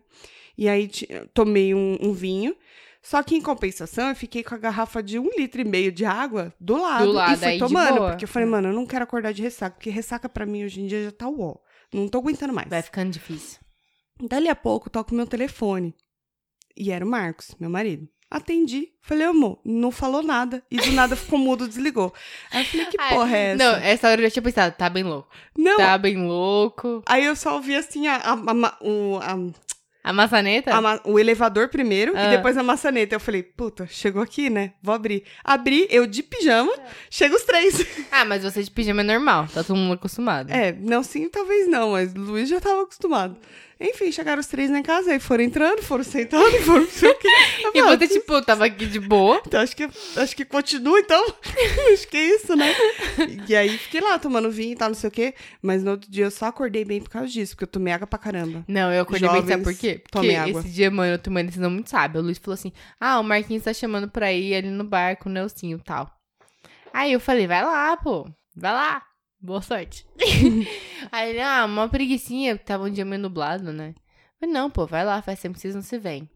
[SPEAKER 2] E aí ti- tomei um, um vinho. Só que em compensação, eu fiquei com a garrafa de um litro e meio de água do lado.
[SPEAKER 1] lado,
[SPEAKER 2] e fui
[SPEAKER 1] aí de
[SPEAKER 2] tomando.
[SPEAKER 1] boa. É.
[SPEAKER 2] Porque eu falei, mano, eu não quero acordar de ressaca, porque ressaca pra mim hoje em dia já tá uó. Não tô aguentando mais.
[SPEAKER 1] vai ficando difícil.
[SPEAKER 2] Dali a pouco toca o meu telefone. E era o Marcos, meu marido. Atendi, falei, amor, não falou nada. E do nada ficou mudo, <laughs> desligou. Aí eu falei, que
[SPEAKER 1] Ai,
[SPEAKER 2] porra é essa?
[SPEAKER 1] Ah, Não, essa hora eu já tinha pensado, tá bem louco.
[SPEAKER 2] Não,
[SPEAKER 1] Tá bem louco.
[SPEAKER 2] Aí eu só ouvi assim a, a- a ma- o, a-
[SPEAKER 1] A maçaneta?
[SPEAKER 2] a ma- o elevador primeiro
[SPEAKER 1] Ah.
[SPEAKER 2] e depois a maçaneta. Eu falei, puta, chegou aqui, né? Vou abrir. Abri, eu de pijama,
[SPEAKER 1] É.
[SPEAKER 2] chega os três. <laughs>
[SPEAKER 1] Ah, mas você de pijama é normal, tá todo mundo acostumado.
[SPEAKER 2] É, não sim, talvez não, mas o Luiz já tava acostumado. Enfim, chegaram os três na casa, aí foram entrando, foram sentando, <laughs> e foram não sei o quê. Eu
[SPEAKER 1] E
[SPEAKER 2] falei,
[SPEAKER 1] você, tipo, eu tava aqui de boa.
[SPEAKER 2] Então, acho que, acho que continua, então. <laughs> acho que é isso, né? E aí fiquei lá tomando vinho e tal, não sei o quê. Mas no outro dia eu só acordei bem por causa disso, porque eu tomei água pra caramba.
[SPEAKER 1] Não, eu acordei bem, sabe por
[SPEAKER 2] Jovens,
[SPEAKER 1] quê? Porque
[SPEAKER 2] tomem água.
[SPEAKER 1] esse dia, mano, eu tomei decisão muito sábia. O Luiz falou assim, ah, o Marquinhos tá chamando pra ir ali no bar com o Nelsinho e tal. Aí eu falei, vai lá, pô. Vai lá. Boa <laughs> sorte. Aí ele, ah, uma preguicinha, porque tava um dia meio nublado, né? Eu falei, não, pô, vai lá, faz tempo que vocês não se veem.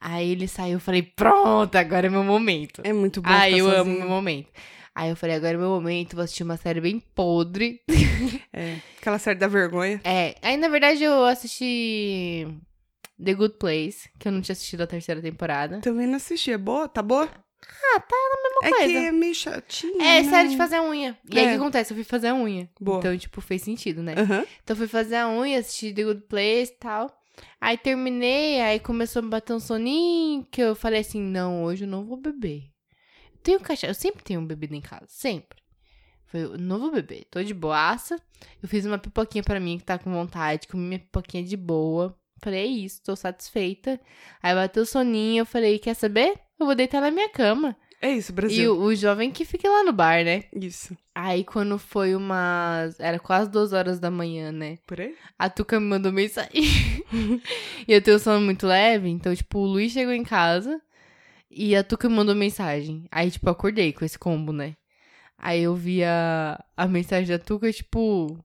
[SPEAKER 1] Aí ele saiu, eu falei, pronto, agora é meu momento.
[SPEAKER 2] É muito bom.
[SPEAKER 1] Ah,
[SPEAKER 2] ficar
[SPEAKER 1] eu amo
[SPEAKER 2] sozinha.
[SPEAKER 1] meu momento. Aí eu falei, agora é meu momento, vou assistir uma série bem podre.
[SPEAKER 2] É, aquela série da vergonha.
[SPEAKER 1] É, aí na verdade eu assisti The Good Place, que eu não tinha assistido a terceira temporada.
[SPEAKER 2] Também não assisti. É boa? Tá boa?
[SPEAKER 1] Ah, tá
[SPEAKER 2] é
[SPEAKER 1] coisa.
[SPEAKER 2] que é meio chatinho.
[SPEAKER 1] É,
[SPEAKER 2] né?
[SPEAKER 1] série de fazer a unha. E aí o
[SPEAKER 2] É.
[SPEAKER 1] que acontece? Eu fui fazer a unha.
[SPEAKER 2] Boa.
[SPEAKER 1] Então, tipo, fez sentido, né?
[SPEAKER 2] Aham.
[SPEAKER 1] Então eu fui fazer a unha, assisti The Good Place e tal. Aí terminei, aí começou a me bater um soninho, que eu falei assim, não, hoje eu não vou beber. Eu tenho cachaça, eu sempre tenho um bebido em casa, sempre. Falei, eu não vou beber, tô de boaça. Eu fiz uma pipoquinha pra mim que tá com vontade, comi minha pipoquinha de boa. Falei, é isso, tô satisfeita. Aí bateu o soninho, eu falei, quer saber? Eu vou deitar na minha cama.
[SPEAKER 2] É isso,
[SPEAKER 1] E
[SPEAKER 2] Brasil.
[SPEAKER 1] o, o jovem que fica lá no bar, né?
[SPEAKER 2] Isso.
[SPEAKER 1] Aí quando foi umas. Era quase duas horas da manhã, né?
[SPEAKER 2] Por aí?
[SPEAKER 1] A Tuca me mandou mensagem. <laughs> e eu tenho um sono muito leve, então, tipo, o Luiz chegou em casa e a Tuca me mandou mensagem. Aí, tipo, eu acordei com esse combo, né? Aí eu vi a, a mensagem da Tuca, tipo,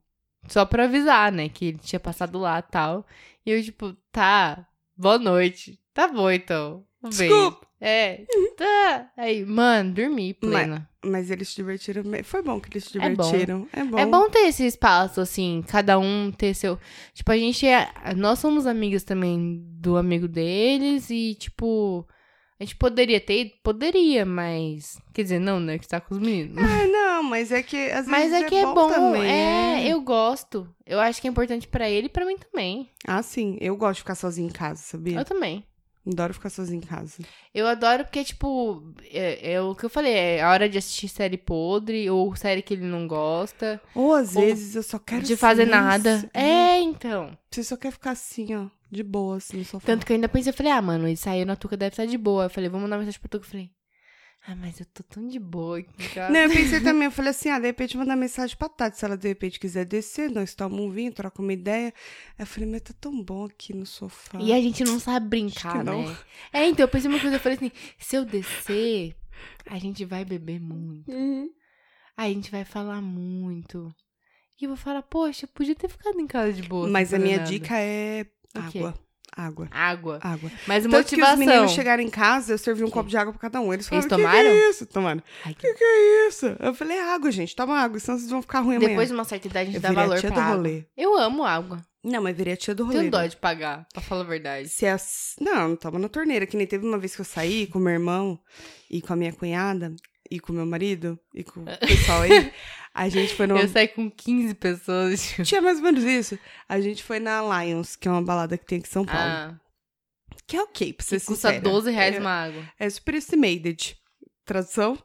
[SPEAKER 1] só pra avisar, né? Que ele tinha passado lá e tal. E eu, tipo, tá, boa noite. Tá bom, então. Um beijo.
[SPEAKER 2] Desculpa.
[SPEAKER 1] É, tá. Aí, mano, dormi plena.
[SPEAKER 2] Mas eles se divertiram. me- Foi bom que eles se
[SPEAKER 1] É bom.
[SPEAKER 2] divertiram. É bom.
[SPEAKER 1] É bom ter esse espaço, assim, cada um ter seu. Tipo, a gente é. Nós somos amigas também do amigo deles e, tipo. A gente poderia ter ido? Poderia, mas. Quer dizer, não, né? Que tá com os meninos.
[SPEAKER 2] Ah, não, mas é que
[SPEAKER 1] <laughs>
[SPEAKER 2] às
[SPEAKER 1] mas é
[SPEAKER 2] vezes
[SPEAKER 1] que é bom.
[SPEAKER 2] também.
[SPEAKER 1] é,
[SPEAKER 2] né?
[SPEAKER 1] eu gosto. Eu acho que é importante pra ele e pra mim também.
[SPEAKER 2] Ah, sim. Eu gosto de ficar sozinha em casa, sabia?
[SPEAKER 1] Eu também.
[SPEAKER 2] Adoro ficar sozinha em casa.
[SPEAKER 1] Eu adoro porque, tipo, é, é o que eu falei, é a hora de assistir série podre ou série que ele não gosta,
[SPEAKER 2] Ou às
[SPEAKER 1] Ou
[SPEAKER 2] vezes eu só quero
[SPEAKER 1] de fazer
[SPEAKER 2] silêncio.
[SPEAKER 1] nada. É, então.
[SPEAKER 2] Você só quer ficar assim, ó, de boa, assim, no sofá.
[SPEAKER 1] Tanto que eu ainda pensei, eu falei, ah, mano, ele saiu na Tuca, deve estar de boa. Eu falei, vou mandar mensagem pra Tuca. Eu falei, ah, mas eu tô tão de boa
[SPEAKER 2] <laughs>
[SPEAKER 1] aqui, cara.
[SPEAKER 2] Não, eu pensei
[SPEAKER 1] <laughs>
[SPEAKER 2] também, eu falei assim, ah, de repente mandar mensagem pra Tati, se ela de repente quiser descer, nós tomamos um vinho, troca uma ideia. Aí eu falei, mas tá tão bom aqui no sofá.
[SPEAKER 1] E a gente não sabe brincar,
[SPEAKER 2] que não.
[SPEAKER 1] né? É, então, eu pensei uma coisa, eu falei assim, se eu descer, a gente vai beber muito.
[SPEAKER 2] Uhum.
[SPEAKER 1] A gente vai falar muito. E eu vou falar, poxa, eu podia ter ficado em casa de boa. sem
[SPEAKER 2] Mas a
[SPEAKER 1] fazer
[SPEAKER 2] minha
[SPEAKER 1] nada.
[SPEAKER 2] dica é
[SPEAKER 1] O quê?
[SPEAKER 2] água, água,
[SPEAKER 1] Água.
[SPEAKER 2] água.
[SPEAKER 1] Mas
[SPEAKER 2] Tanto que os
[SPEAKER 1] motivação.
[SPEAKER 2] meninos chegaram em casa, eu servi um
[SPEAKER 1] Que?
[SPEAKER 2] copo de água pra cada um. Eles
[SPEAKER 1] Eles
[SPEAKER 2] falaram, "Que que
[SPEAKER 1] tomaram?
[SPEAKER 2] é isso? Tomaram.
[SPEAKER 1] Ai, que-
[SPEAKER 2] Que que é isso? Eu falei, é água, gente, toma água, senão vocês vão ficar ruim amanhã.
[SPEAKER 1] Depois de uma certa idade, a gente
[SPEAKER 2] eu
[SPEAKER 1] dá
[SPEAKER 2] virei a
[SPEAKER 1] valor
[SPEAKER 2] tia
[SPEAKER 1] pra
[SPEAKER 2] do
[SPEAKER 1] água.
[SPEAKER 2] rolê.
[SPEAKER 1] Eu amo água.
[SPEAKER 2] Não, mas virei a tia do rolê.
[SPEAKER 1] Tenho
[SPEAKER 2] né?
[SPEAKER 1] dó de pagar, pra falar a verdade.
[SPEAKER 2] Se as... Não, não tava na torneira, que nem teve uma vez que eu saí com meu irmão e com a minha cunhada e com meu marido e com o
[SPEAKER 1] <laughs>
[SPEAKER 2] pessoal aí. A gente foi numa.
[SPEAKER 1] É. Eu saí com 15 pessoas. tipo,
[SPEAKER 2] Tinha mais ou menos isso. A gente foi na Lions, que é uma balada que tem aqui em São Paulo.
[SPEAKER 1] Ah,
[SPEAKER 2] Que é ok, pra
[SPEAKER 1] que
[SPEAKER 2] ser
[SPEAKER 1] custa
[SPEAKER 2] sincera.
[SPEAKER 1] 12 reais
[SPEAKER 2] é,
[SPEAKER 1] uma água.
[SPEAKER 2] É superestimated. Tradução?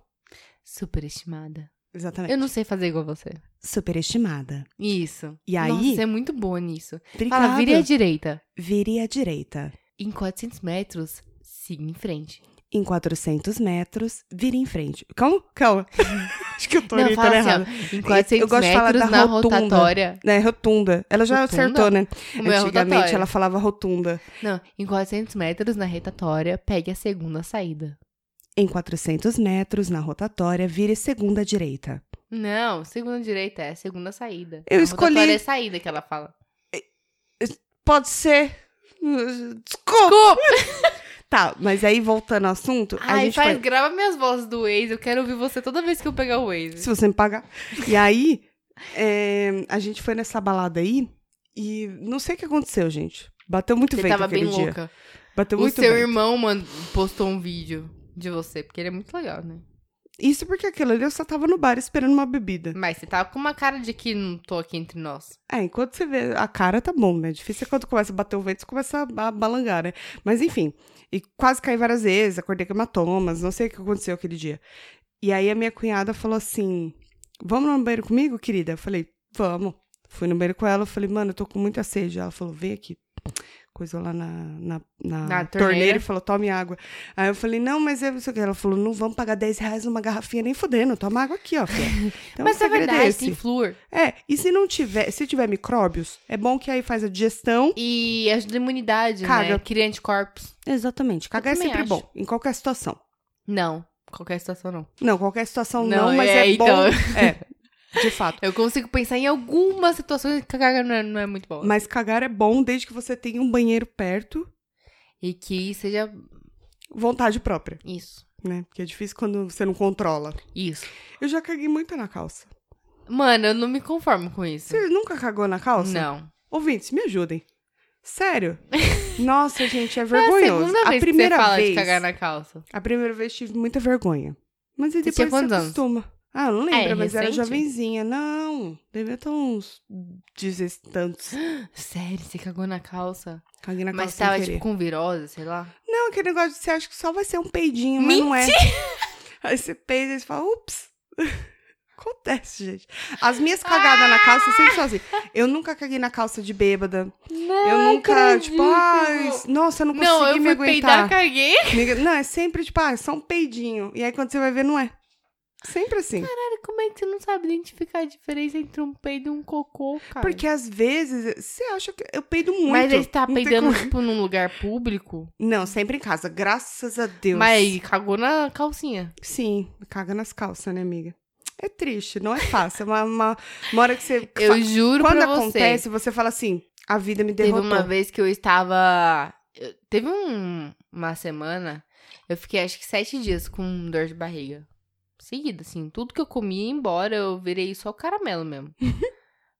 [SPEAKER 1] Superestimada.
[SPEAKER 2] Exatamente.
[SPEAKER 1] Eu não sei fazer igual você.
[SPEAKER 2] Superestimada.
[SPEAKER 1] Isso.
[SPEAKER 2] E aí?
[SPEAKER 1] Nossa, você é muito boa nisso.
[SPEAKER 2] Obrigada.
[SPEAKER 1] Fala, vire à direita.
[SPEAKER 2] Vire à direita.
[SPEAKER 1] Em 400 metros, siga em frente.
[SPEAKER 2] Em 400 metros, vire em frente. Calma,
[SPEAKER 1] <laughs>
[SPEAKER 2] calma. Acho que eu tô
[SPEAKER 1] não,
[SPEAKER 2] orientando
[SPEAKER 1] fala assim,
[SPEAKER 2] errado.
[SPEAKER 1] ó. Em
[SPEAKER 2] Eu
[SPEAKER 1] 400
[SPEAKER 2] gosto de falar
[SPEAKER 1] metros,
[SPEAKER 2] da
[SPEAKER 1] na
[SPEAKER 2] rotunda.
[SPEAKER 1] rotatória.
[SPEAKER 2] É, rotunda. Ela já
[SPEAKER 1] Rotunda?
[SPEAKER 2] acertou, né?
[SPEAKER 1] O meu é
[SPEAKER 2] Antigamente
[SPEAKER 1] rotatória.
[SPEAKER 2] ela falava rotunda.
[SPEAKER 1] Não, em 400 metros, na retatória, pegue a segunda saída.
[SPEAKER 2] Em 400 metros, na rotatória, vire segunda à direita.
[SPEAKER 1] Não, segunda direita é a segunda saída.
[SPEAKER 2] Eu
[SPEAKER 1] a
[SPEAKER 2] escolhi-
[SPEAKER 1] rotatória é a saída que ela fala.
[SPEAKER 2] Pode ser. Desculpa!
[SPEAKER 1] Desculpa!
[SPEAKER 2] Tá, mas aí voltando ao assunto, a
[SPEAKER 1] Ai,
[SPEAKER 2] gente
[SPEAKER 1] faz,
[SPEAKER 2] foi-
[SPEAKER 1] grava minhas vozes do Waze. Eu quero ouvir você toda vez que eu pegar o Waze.
[SPEAKER 2] Se você me pagar. E eh, aí, é, a gente foi nessa balada aí e não sei o que aconteceu, gente. Bateu muito
[SPEAKER 1] Você
[SPEAKER 2] vento
[SPEAKER 1] tava bem
[SPEAKER 2] aquele dia.
[SPEAKER 1] louca.
[SPEAKER 2] Bateu
[SPEAKER 1] O
[SPEAKER 2] muito
[SPEAKER 1] seu
[SPEAKER 2] vento.
[SPEAKER 1] irmão man- postou um vídeo de você, porque ele é muito legal, né?
[SPEAKER 2] Isso porque aquilo ali eu só tava no bar esperando uma bebida.
[SPEAKER 1] Mas você tava com uma cara de que não tô aqui entre nós.
[SPEAKER 2] É, enquanto você vê a cara, tá bom, né? Difícil é quando começa a bater o vento, você começa a a balangar, né? Mas enfim, e quase caí várias vezes, acordei com hematomas, não sei o que aconteceu aquele dia. E aí a minha cunhada falou assim: Vamos no banheiro comigo, querida? Eu falei: Vamos. Fui no banheiro com ela, eu falei: Mano, eu tô com muita sede. Ela falou: Vem aqui. Coisou lá na, na, na
[SPEAKER 1] Na
[SPEAKER 2] torneira.
[SPEAKER 1] torneira.
[SPEAKER 2] e falou: Tome água. Aí eu falei: Não, mas eu não sei o que. Ela falou: Não vamos pagar 10 reais numa garrafinha nem fodendo, toma água aqui,
[SPEAKER 1] <laughs>
[SPEAKER 2] ó. filha." Então,
[SPEAKER 1] Mas
[SPEAKER 2] o
[SPEAKER 1] é
[SPEAKER 2] segredo
[SPEAKER 1] verdade,
[SPEAKER 2] esse.
[SPEAKER 1] tem flúor.
[SPEAKER 2] É, e se não tiver, se tiver micróbios, é bom que aí faz a digestão.
[SPEAKER 1] E ajuda a imunidade, né?
[SPEAKER 2] Caga.
[SPEAKER 1] Cria anticorpos.
[SPEAKER 2] Exatamente. Cagar é
[SPEAKER 1] também
[SPEAKER 2] sempre
[SPEAKER 1] acho.
[SPEAKER 2] bom, em qualquer situação.
[SPEAKER 1] Não, qualquer situação não.
[SPEAKER 2] Não, qualquer situação
[SPEAKER 1] Não,
[SPEAKER 2] não, mas
[SPEAKER 1] é,
[SPEAKER 2] é, bom.
[SPEAKER 1] então.
[SPEAKER 2] É, <laughs> de fato.
[SPEAKER 1] <laughs> Eu consigo pensar em algumas situações que a caga não é, não é muito boa.
[SPEAKER 2] Mas cagar é bom desde que você tenha um banheiro perto,
[SPEAKER 1] E que seja
[SPEAKER 2] vontade própria,
[SPEAKER 1] isso.
[SPEAKER 2] né? Porque é difícil quando você não controla.
[SPEAKER 1] Isso.
[SPEAKER 2] Eu já caguei muito na calça.
[SPEAKER 1] Mano, eu não me conformo com isso.
[SPEAKER 2] Você é nunca cagou na calça?
[SPEAKER 1] Não.
[SPEAKER 2] Ouvintes, me ajudem.
[SPEAKER 1] <laughs>
[SPEAKER 2] Sério? Nossa, gente, é
[SPEAKER 1] É a
[SPEAKER 2] vergonhoso.
[SPEAKER 1] segunda vez
[SPEAKER 2] primeira
[SPEAKER 1] que você fala
[SPEAKER 2] vez.
[SPEAKER 1] de cagar na calça.
[SPEAKER 2] A primeira vez tive muita vergonha. Mas aí
[SPEAKER 1] Você
[SPEAKER 2] depois
[SPEAKER 1] tinha
[SPEAKER 2] você
[SPEAKER 1] quantos anos?
[SPEAKER 2] acostuma. Ah, eu não
[SPEAKER 1] Ah,
[SPEAKER 2] lembro,
[SPEAKER 1] é
[SPEAKER 2] mas era
[SPEAKER 1] recente?
[SPEAKER 2] jovenzinha. Não, devia ter uns dezes tantos.
[SPEAKER 1] Sério, você cagou na calça?
[SPEAKER 2] Caguei na
[SPEAKER 1] Mas
[SPEAKER 2] calça sem
[SPEAKER 1] tava,
[SPEAKER 2] querer.
[SPEAKER 1] tipo, com virose, sei lá.
[SPEAKER 2] Não, aquele negócio de você acha que só vai ser um peidinho, mas não é. <laughs> Aí você peida e você fala, ups. <laughs> Acontece, gente. As minhas
[SPEAKER 1] Ah!
[SPEAKER 2] cagadas na calça sempre são assim. Eu nunca caguei na calça de bêbada.
[SPEAKER 1] Não,
[SPEAKER 2] eu nunca, tipo, ai, nossa, eu não consegui
[SPEAKER 1] Não, eu
[SPEAKER 2] me
[SPEAKER 1] fui peidar,
[SPEAKER 2] aguentar.
[SPEAKER 1] caguei.
[SPEAKER 2] Não, é sempre, tipo, ah, é só um peidinho. E aí quando você vai ver, não é. Sempre assim.
[SPEAKER 1] Cara, como é que você não sabe identificar a diferença entre um peido e um cocô, cara?
[SPEAKER 2] Porque às vezes você acha que eu peido muito.
[SPEAKER 1] Mas ele tá
[SPEAKER 2] não tem
[SPEAKER 1] peidando,
[SPEAKER 2] como-
[SPEAKER 1] tipo, num lugar público.
[SPEAKER 2] Não, sempre em casa, graças a Deus.
[SPEAKER 1] Mas cagou na calcinha.
[SPEAKER 2] Sim, caga nas calças, né, amiga? É triste, não é fácil. É uma, uma, uma hora que você.
[SPEAKER 1] <laughs> Eu juro
[SPEAKER 2] Quando
[SPEAKER 1] pra você.
[SPEAKER 2] acontece, você fala assim: a vida me
[SPEAKER 1] Teve
[SPEAKER 2] derrotou.
[SPEAKER 1] uma vez que eu estava. eu- Teve um- uma semana, eu fiquei acho que sete dias com dor de barriga. Seguida, assim. Tudo que eu comia ia embora, eu virei só caramelo
[SPEAKER 2] <laughs>
[SPEAKER 1] mesmo.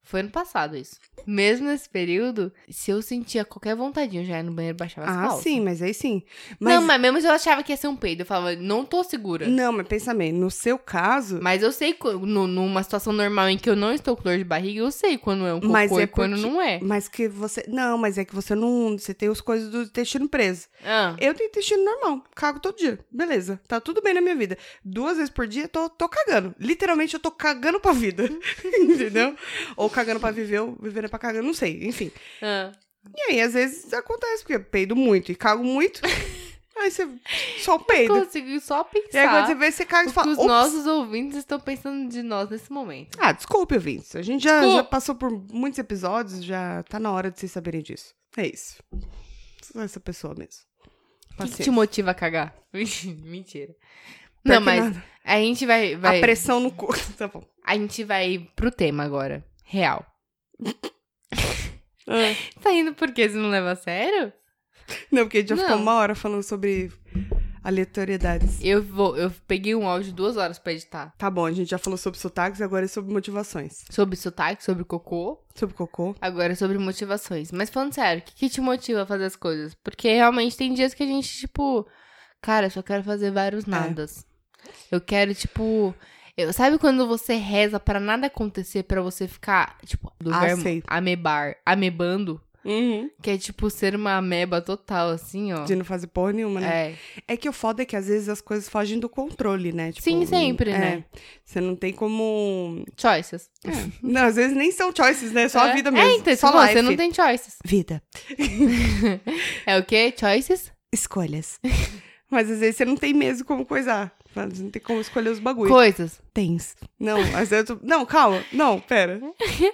[SPEAKER 1] Foi ano passado isso. Mesmo nesse período, se eu sentia qualquer vontadinha, eu já ia no banheiro e baixava as
[SPEAKER 2] Ah,
[SPEAKER 1] calças.
[SPEAKER 2] sim, mas aí sim.
[SPEAKER 1] Não, mas mesmo se eu achava que ia ser um peido, eu falava, não tô segura.
[SPEAKER 2] não, mas pensa bem, no seu caso,
[SPEAKER 1] Mas eu sei, co- nu- numa situação normal em que eu não estou com dor de barriga, eu sei quando é um cocô
[SPEAKER 2] Mas é
[SPEAKER 1] e quando
[SPEAKER 2] porque-
[SPEAKER 1] não é.
[SPEAKER 2] mas que você. Não, mas é que você não. Você tem as coisas do intestino preso.
[SPEAKER 1] Ah,
[SPEAKER 2] Eu tenho intestino normal, cago todo dia. Beleza, tá tudo bem na minha vida. Duas vezes por dia, tô, tô cagando. Literalmente, eu tô cagando pra vida. <laughs> Entendeu? Ou cagando pra viver, ou vivendo pra cagar, não sei. Enfim.
[SPEAKER 1] ah.
[SPEAKER 2] E aí, às vezes, acontece, porque eu peido muito e
[SPEAKER 1] <laughs>
[SPEAKER 2] cago muito. aí você só peido.
[SPEAKER 1] Consegui só
[SPEAKER 2] E aí, quando
[SPEAKER 1] pensar
[SPEAKER 2] você vê, você caga e
[SPEAKER 1] o que
[SPEAKER 2] fala...
[SPEAKER 1] os
[SPEAKER 2] "Ops."
[SPEAKER 1] nossos ouvintes estão pensando de nós nesse momento.
[SPEAKER 2] Ah, desculpe, ouvintes. A gente já,
[SPEAKER 1] Desculpa.
[SPEAKER 2] já passou por muitos episódios, já tá na hora de vocês saberem disso. É isso. Sou essa pessoa mesmo.
[SPEAKER 1] O que que, te
[SPEAKER 2] Paciência.
[SPEAKER 1] motiva a cagar? <laughs> Mentira.
[SPEAKER 2] Pior
[SPEAKER 1] não,
[SPEAKER 2] que
[SPEAKER 1] mas
[SPEAKER 2] nada.
[SPEAKER 1] a gente vai, vai
[SPEAKER 2] A pressão no corpo. <laughs> Tá bom.
[SPEAKER 1] a gente vai pro tema agora, real.
[SPEAKER 2] Ah.
[SPEAKER 1] Tá indo porque você não leva a sério?
[SPEAKER 2] Não, porque a gente já ficou
[SPEAKER 1] Não.
[SPEAKER 2] uma hora falando sobre aleatoriedades.
[SPEAKER 1] Eu vou, eu peguei um áudio de duas horas pra editar.
[SPEAKER 2] Tá bom, a gente já falou sobre sotaques, agora é sobre motivações.
[SPEAKER 1] Sobre sotaque, sobre cocô.
[SPEAKER 2] Sobre cocô.
[SPEAKER 1] Agora sobre motivações. Mas falando sério, o que, que te motiva a fazer as coisas? Porque realmente tem dias que a gente, tipo, cara, eu só quero fazer
[SPEAKER 2] É.
[SPEAKER 1] vários nadas. Eu quero, tipo. Eu, sabe quando você reza pra nada acontecer, pra você ficar, tipo, do
[SPEAKER 2] Ah,
[SPEAKER 1] verbo
[SPEAKER 2] sei.
[SPEAKER 1] amebar, amebando? Que é tipo ser uma ameba total, assim, ó.
[SPEAKER 2] De não fazer porra nenhuma, né?
[SPEAKER 1] É.
[SPEAKER 2] É. que o foda é que às vezes as coisas fogem do controle, né? Tipo,
[SPEAKER 1] Sim, sempre,
[SPEAKER 2] é,
[SPEAKER 1] né?
[SPEAKER 2] Você não tem como. <laughs>
[SPEAKER 1] Choices.
[SPEAKER 2] É. Não, às vezes nem são choices, né? É só
[SPEAKER 1] É.
[SPEAKER 2] a vida mesmo.
[SPEAKER 1] É, então,
[SPEAKER 2] só
[SPEAKER 1] tipo, você
[SPEAKER 2] life.
[SPEAKER 1] não tem choices.
[SPEAKER 2] Vida.
[SPEAKER 1] É o quê? Choices? <laughs>
[SPEAKER 2] Escolhas. Mas às vezes você não tem mesmo como coisar. Você não tem como escolher os bagulhos.
[SPEAKER 1] Coisas.
[SPEAKER 2] Tens. Não, às vezes. eu tô- Não, calma.
[SPEAKER 1] <laughs>
[SPEAKER 2] Não, pera.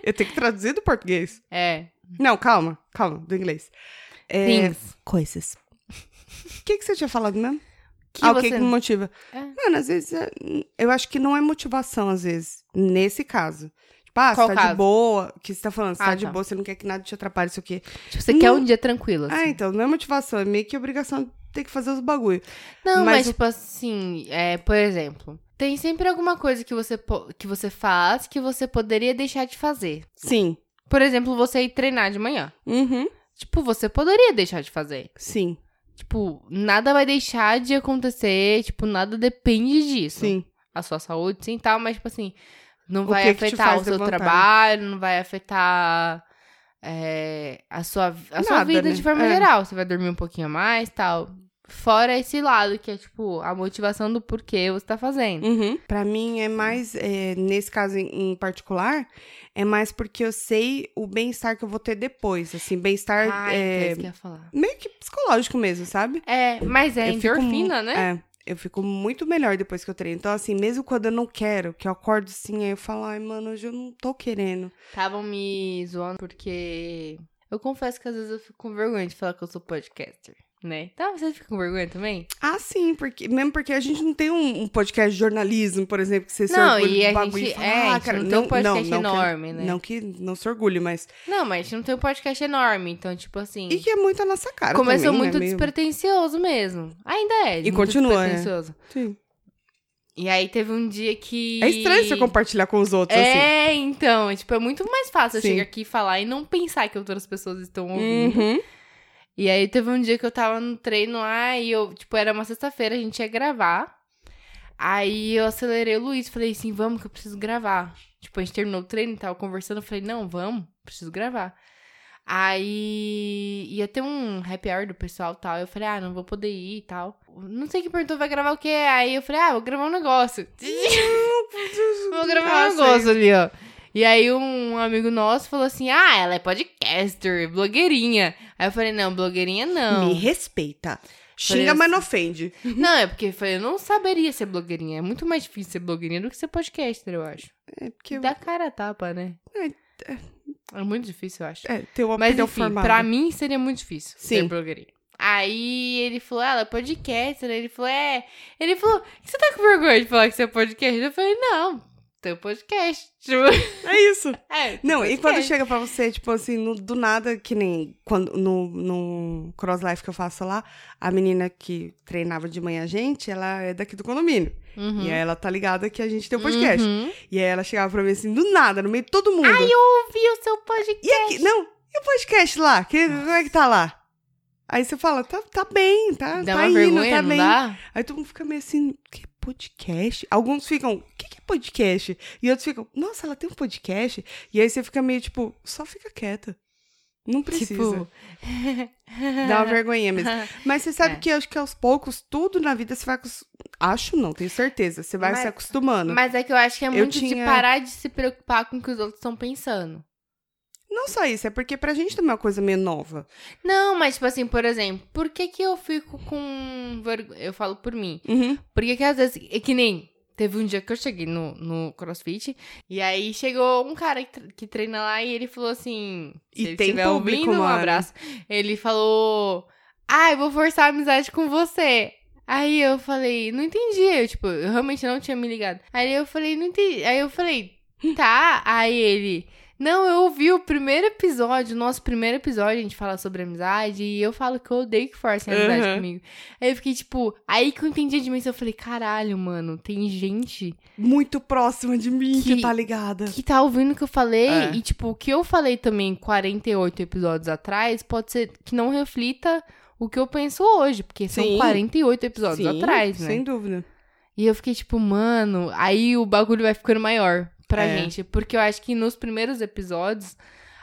[SPEAKER 2] Eu tenho que traduzir do português.
[SPEAKER 1] É.
[SPEAKER 2] Não, calma, calma, do inglês. É,
[SPEAKER 1] Things.
[SPEAKER 2] Coisas. O que, que você tinha falado mesmo?
[SPEAKER 1] Que
[SPEAKER 2] ah, o
[SPEAKER 1] você...
[SPEAKER 2] que, que me motiva?
[SPEAKER 1] É.
[SPEAKER 2] Mano, às vezes, é, eu acho que não é motivação, às vezes, nesse caso. Tipo, ah,
[SPEAKER 1] Qual
[SPEAKER 2] você tá
[SPEAKER 1] caso?
[SPEAKER 2] de boa, o que você tá falando, você
[SPEAKER 1] Ah,
[SPEAKER 2] tá de
[SPEAKER 1] tá.
[SPEAKER 2] boa, você não quer que nada te atrapalhe, isso aqui.
[SPEAKER 1] Tipo, você quer um dia tranquilo, assim.
[SPEAKER 2] Ah, então, não é motivação, é meio que obrigação de ter que fazer os bagulho.
[SPEAKER 1] Não, mas,
[SPEAKER 2] Mas
[SPEAKER 1] tipo assim, é, por exemplo, tem sempre alguma coisa que você, po- que você faz que você poderia deixar de fazer.
[SPEAKER 2] Sim.
[SPEAKER 1] Por exemplo, você ir treinar de manhã.
[SPEAKER 2] Uhum.
[SPEAKER 1] Tipo, você poderia deixar de fazer.
[SPEAKER 2] Sim,
[SPEAKER 1] Tipo, nada vai deixar de acontecer, tipo, nada depende disso.
[SPEAKER 2] sim.
[SPEAKER 1] A sua saúde, sim, tal, mas, tipo assim, não
[SPEAKER 2] O
[SPEAKER 1] vai
[SPEAKER 2] que que te
[SPEAKER 1] afetar
[SPEAKER 2] faz
[SPEAKER 1] o seu
[SPEAKER 2] levantar?
[SPEAKER 1] trabalho, não vai afetar é, a, sua, a sua
[SPEAKER 2] Nada,
[SPEAKER 1] vida
[SPEAKER 2] né?
[SPEAKER 1] de forma
[SPEAKER 2] É.
[SPEAKER 1] geral. Você vai dormir um pouquinho a mais, tal. Fora esse lado, que é, tipo, a motivação do porquê você tá fazendo.
[SPEAKER 2] Uhum. Para mim é mais, é, nesse caso em, em particular, é mais porque eu sei o bem-estar que eu vou ter depois, assim, bem-estar
[SPEAKER 1] Ah, então,
[SPEAKER 2] é,
[SPEAKER 1] isso que eu ia falar.
[SPEAKER 2] meio que psicológico mesmo, sabe?
[SPEAKER 1] É, mas é
[SPEAKER 2] Eu fico
[SPEAKER 1] endorfina, né?
[SPEAKER 2] É, eu fico muito melhor depois que eu treino. Então, assim, mesmo quando eu não quero, que eu acordo assim, aí eu falo, ai, mano, hoje eu não tô querendo.
[SPEAKER 1] Estavam me zoando porque. Eu confesso que às vezes eu fico com vergonha de falar que eu sou podcaster, né? Tá, você fica com vergonha também?
[SPEAKER 2] Ah, sim, porque, mesmo porque a gente não tem um, um podcast de jornalismo, por exemplo, que você se
[SPEAKER 1] Não,
[SPEAKER 2] orgulha
[SPEAKER 1] e
[SPEAKER 2] do
[SPEAKER 1] a
[SPEAKER 2] bagulho
[SPEAKER 1] gente-
[SPEAKER 2] fala,
[SPEAKER 1] é, a
[SPEAKER 2] ah,
[SPEAKER 1] gente
[SPEAKER 2] cara,
[SPEAKER 1] não tem
[SPEAKER 2] não,
[SPEAKER 1] um podcast
[SPEAKER 2] não, não que-
[SPEAKER 1] enorme, né?
[SPEAKER 2] Não que não se orgulhe, mas...
[SPEAKER 1] Não, mas a gente não tem um podcast enorme, então, tipo assim.
[SPEAKER 2] E que é muito a nossa cara
[SPEAKER 1] começou
[SPEAKER 2] também,
[SPEAKER 1] muito
[SPEAKER 2] né? Meio-
[SPEAKER 1] despretensioso mesmo. Ainda é.
[SPEAKER 2] E
[SPEAKER 1] muito
[SPEAKER 2] continua, né?
[SPEAKER 1] Despretensioso.
[SPEAKER 2] Sim.
[SPEAKER 1] E aí teve um dia que.
[SPEAKER 2] É estranho você compartilhar com os outros, assim.
[SPEAKER 1] É, então, é, tipo, é muito mais fácil
[SPEAKER 2] Sim.
[SPEAKER 1] eu chegar aqui e falar e não pensar que outras pessoas estão ouvindo.
[SPEAKER 2] Uhum.
[SPEAKER 1] E aí teve um dia que eu tava no treino lá e eu, tipo, era uma sexta-feira, a gente ia gravar. Aí eu acelerei o Luiz, falei assim, vamos que eu preciso gravar. Tipo, a gente terminou o treino e tava conversando, eu falei, não, vamos, preciso gravar. Aí ia ter um happy hour do pessoal e tal. Eu falei, ah, não vou poder ir e tal. Não sei quem perguntou, vai gravar o quê? Aí eu falei, ah, vou gravar um negócio. <laughs> vou gravar
[SPEAKER 2] Ah,
[SPEAKER 1] um
[SPEAKER 2] sei.
[SPEAKER 1] negócio ali, ó. E aí um amigo nosso falou assim, ah, ela é podcaster, blogueirinha. Aí eu falei, não, blogueirinha não.
[SPEAKER 2] Me respeita. Xinga,
[SPEAKER 1] Parece-
[SPEAKER 2] mas não ofende.
[SPEAKER 1] Não, é porque eu falei, eu não saberia ser blogueirinha. É muito mais difícil ser blogueirinha do que ser podcaster, eu acho.
[SPEAKER 2] É, porque
[SPEAKER 1] Dá cara a tapa, né? É muito difícil, eu acho.
[SPEAKER 2] é, ter uma
[SPEAKER 1] Mas
[SPEAKER 2] opinião
[SPEAKER 1] enfim,
[SPEAKER 2] formada.
[SPEAKER 1] pra mim seria muito difícil ser
[SPEAKER 2] Sim.
[SPEAKER 1] blogueirinha. Aí ele falou, ah, ela é podcaster. Ele falou, é. Ele falou, você tá com vergonha de falar que você é podcaster? Eu falei, não, teu podcast. <laughs> Tipo,
[SPEAKER 2] É isso.
[SPEAKER 1] é,
[SPEAKER 2] Não, e
[SPEAKER 1] podcast.
[SPEAKER 2] quando chega pra você, tipo assim, no- do nada, que nem quando, no, no cross life que eu faço lá, a menina que treinava de manhã a gente, ela é daqui do condomínio.
[SPEAKER 1] Uhum.
[SPEAKER 2] E aí ela tá ligada que a gente tem o podcast.
[SPEAKER 1] Uhum.
[SPEAKER 2] E aí ela chegava pra mim assim, do nada, no meio de todo mundo.
[SPEAKER 1] Ai, eu ouvi o seu podcast.
[SPEAKER 2] E aqui, não, e o podcast lá? Que, como é que tá lá? Aí você fala, tá, tá bem, tá,
[SPEAKER 1] Dá
[SPEAKER 2] tá
[SPEAKER 1] uma
[SPEAKER 2] indo,
[SPEAKER 1] vergonha,
[SPEAKER 2] tá
[SPEAKER 1] não
[SPEAKER 2] bem.
[SPEAKER 1] dá?
[SPEAKER 2] Aí todo mundo fica meio assim, que podcast? Alguns ficam, o que, que é podcast? E outros ficam, nossa, ela tem um podcast? E aí você fica meio tipo, só fica quieta. Não precisa.
[SPEAKER 1] Tipo... <laughs>
[SPEAKER 2] Dá uma vergonhinha mesmo. Mas você sabe
[SPEAKER 1] É.
[SPEAKER 2] que eu acho que aos poucos, tudo na vida você vai. acos- Acho não, tenho certeza. Você vai
[SPEAKER 1] Mas-
[SPEAKER 2] se acostumando.
[SPEAKER 1] Mas é que eu acho que é
[SPEAKER 2] Eu
[SPEAKER 1] muito de
[SPEAKER 2] tinha-
[SPEAKER 1] parar de se preocupar com o que os outros estão pensando.
[SPEAKER 2] Não só isso, é porque pra gente também é uma coisa meio nova.
[SPEAKER 1] Não, mas tipo assim, por exemplo, por que que eu fico com vergonha? Eu falo por mim.
[SPEAKER 2] Uhum.
[SPEAKER 1] Por que que às vezes, é que nem, teve um dia que eu cheguei no, no CrossFit e aí chegou um cara que, tre- que treina lá e ele falou assim, se
[SPEAKER 2] E
[SPEAKER 1] ele
[SPEAKER 2] tem
[SPEAKER 1] estiver
[SPEAKER 2] público,
[SPEAKER 1] ouvindo, um
[SPEAKER 2] mano.
[SPEAKER 1] abraço. Ele falou, ah, eu vou forçar a amizade com você. Aí eu falei, não entendi, eu, tipo, eu realmente não tinha me ligado. Aí eu falei, não entendi. Aí eu falei, tá. Aí ele, não, eu ouvi o primeiro episódio, o nosso primeiro episódio, a gente fala sobre amizade, e eu falo que eu odeio que forcem a amizade
[SPEAKER 2] Uhum.
[SPEAKER 1] comigo. Aí eu fiquei, tipo, aí que eu entendi a dimensão, eu falei, caralho, mano, tem gente
[SPEAKER 2] Muito próxima de mim, que,
[SPEAKER 1] Que-
[SPEAKER 2] tá ligada.
[SPEAKER 1] que tá ouvindo o que eu falei,
[SPEAKER 2] É.
[SPEAKER 1] e, tipo, o que eu falei também 48 episódios atrás, pode ser que não reflita o que eu penso hoje, porque são
[SPEAKER 2] Sim.
[SPEAKER 1] 48 episódios
[SPEAKER 2] Sim,
[SPEAKER 1] atrás, né?
[SPEAKER 2] Sem dúvida.
[SPEAKER 1] E eu fiquei tipo, mano, aí o bagulho vai ficando maior pra
[SPEAKER 2] É.
[SPEAKER 1] gente. Porque eu acho que nos primeiros episódios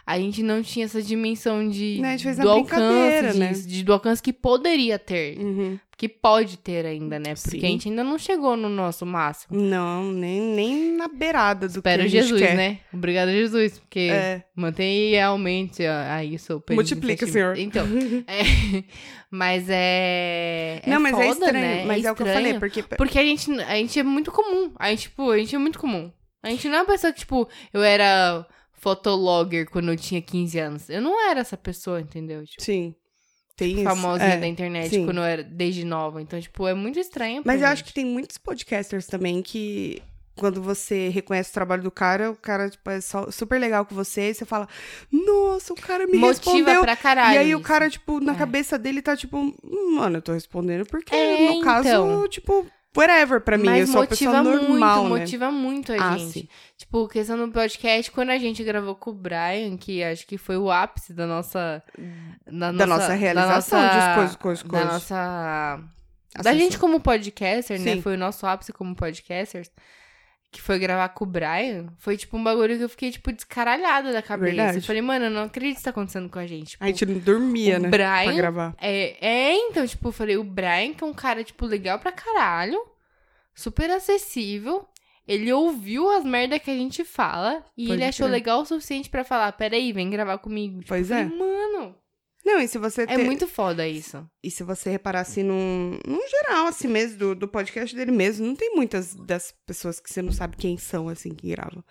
[SPEAKER 1] a gente não tinha essa dimensão de
[SPEAKER 2] Né, a gente fez na
[SPEAKER 1] do alcance
[SPEAKER 2] brincadeira, né?
[SPEAKER 1] disso, de, do alcance que poderia ter,
[SPEAKER 2] Uhum.
[SPEAKER 1] que pode ter ainda, né? Porque
[SPEAKER 2] Sim.
[SPEAKER 1] a gente ainda não chegou no nosso máximo.
[SPEAKER 2] Não, nem, nem na beirada do
[SPEAKER 1] Espero
[SPEAKER 2] que a gente
[SPEAKER 1] Jesus,
[SPEAKER 2] quer.
[SPEAKER 1] né? Obrigada, Jesus, porque
[SPEAKER 2] É,
[SPEAKER 1] mantém e aumente a- aí o seu peso
[SPEAKER 2] multiplica,
[SPEAKER 1] iniciativo.
[SPEAKER 2] senhor.
[SPEAKER 1] Então, é, <laughs> mas é, é
[SPEAKER 2] não, mas é
[SPEAKER 1] foda,
[SPEAKER 2] estranho.
[SPEAKER 1] né?
[SPEAKER 2] Mas é, o que eu
[SPEAKER 1] estranho.
[SPEAKER 2] falei, porque.
[SPEAKER 1] Porque a gente, a gente é muito comum. A gente, tipo, a gente é muito comum. A gente não é uma pessoa que, tipo, eu era fotologger quando eu tinha 15 anos. Eu não era essa pessoa, entendeu? Tipo,
[SPEAKER 2] Sim. Tem isso.
[SPEAKER 1] famosinha
[SPEAKER 2] é.
[SPEAKER 1] da internet
[SPEAKER 2] sim.
[SPEAKER 1] quando eu era desde nova. Então, tipo, é muito estranho. pra
[SPEAKER 2] Mas eu
[SPEAKER 1] gente.
[SPEAKER 2] acho que tem muitos podcasters também que. Quando você reconhece o trabalho do cara, o cara tipo, é só- super legal com você, e você fala, nossa, o cara me
[SPEAKER 1] motiva
[SPEAKER 2] respondeu.
[SPEAKER 1] pra caralho.
[SPEAKER 2] e aí o
[SPEAKER 1] isso.
[SPEAKER 2] cara, tipo, na
[SPEAKER 1] É.
[SPEAKER 2] cabeça dele tá tipo, "Hum, mano, eu tô respondendo porque,
[SPEAKER 1] É,
[SPEAKER 2] no caso,
[SPEAKER 1] então.
[SPEAKER 2] tipo, whatever pra mim. eu sou uma pessoa normal,
[SPEAKER 1] muito,
[SPEAKER 2] né?
[SPEAKER 1] motiva muito a
[SPEAKER 2] Ah,
[SPEAKER 1] gente.
[SPEAKER 2] sim.
[SPEAKER 1] Tipo, questão do podcast, quando a gente gravou com o Brian, que acho que foi o ápice da nossa... Da nossa,
[SPEAKER 2] Hum, da nossa realização
[SPEAKER 1] da
[SPEAKER 2] de
[SPEAKER 1] nossa-
[SPEAKER 2] coisas, coisas, coisas.
[SPEAKER 1] Da nossa... Da
[SPEAKER 2] Assim,
[SPEAKER 1] gente como podcaster, né?
[SPEAKER 2] Sim.
[SPEAKER 1] Foi o nosso ápice como podcasters. Que foi gravar com o Brian. Foi, tipo, um bagulho que eu fiquei, tipo, descaralhada da cabeça.
[SPEAKER 2] Verdade.
[SPEAKER 1] Eu falei, mano, eu não acredito que tá acontecendo com a gente. Tipo,
[SPEAKER 2] A gente não dormia,
[SPEAKER 1] o
[SPEAKER 2] né? Pra
[SPEAKER 1] Brian
[SPEAKER 2] gravar.
[SPEAKER 1] é, é, então, tipo, eu falei, o Brian, que é um cara, tipo, legal pra caralho, super acessível. Ele ouviu as merdas que a gente fala e
[SPEAKER 2] Pode
[SPEAKER 1] ele achou
[SPEAKER 2] crer.
[SPEAKER 1] legal o suficiente pra falar, peraí, vem gravar comigo. Tipo,
[SPEAKER 2] Pois
[SPEAKER 1] eu
[SPEAKER 2] é.
[SPEAKER 1] falei, Mano,
[SPEAKER 2] Não, e se você
[SPEAKER 1] é
[SPEAKER 2] ter-
[SPEAKER 1] muito foda isso.
[SPEAKER 2] E se você reparar assim num, num geral, assim mesmo, do, do podcast dele mesmo, não tem muitas das pessoas que você não sabe quem são, assim, que gravam.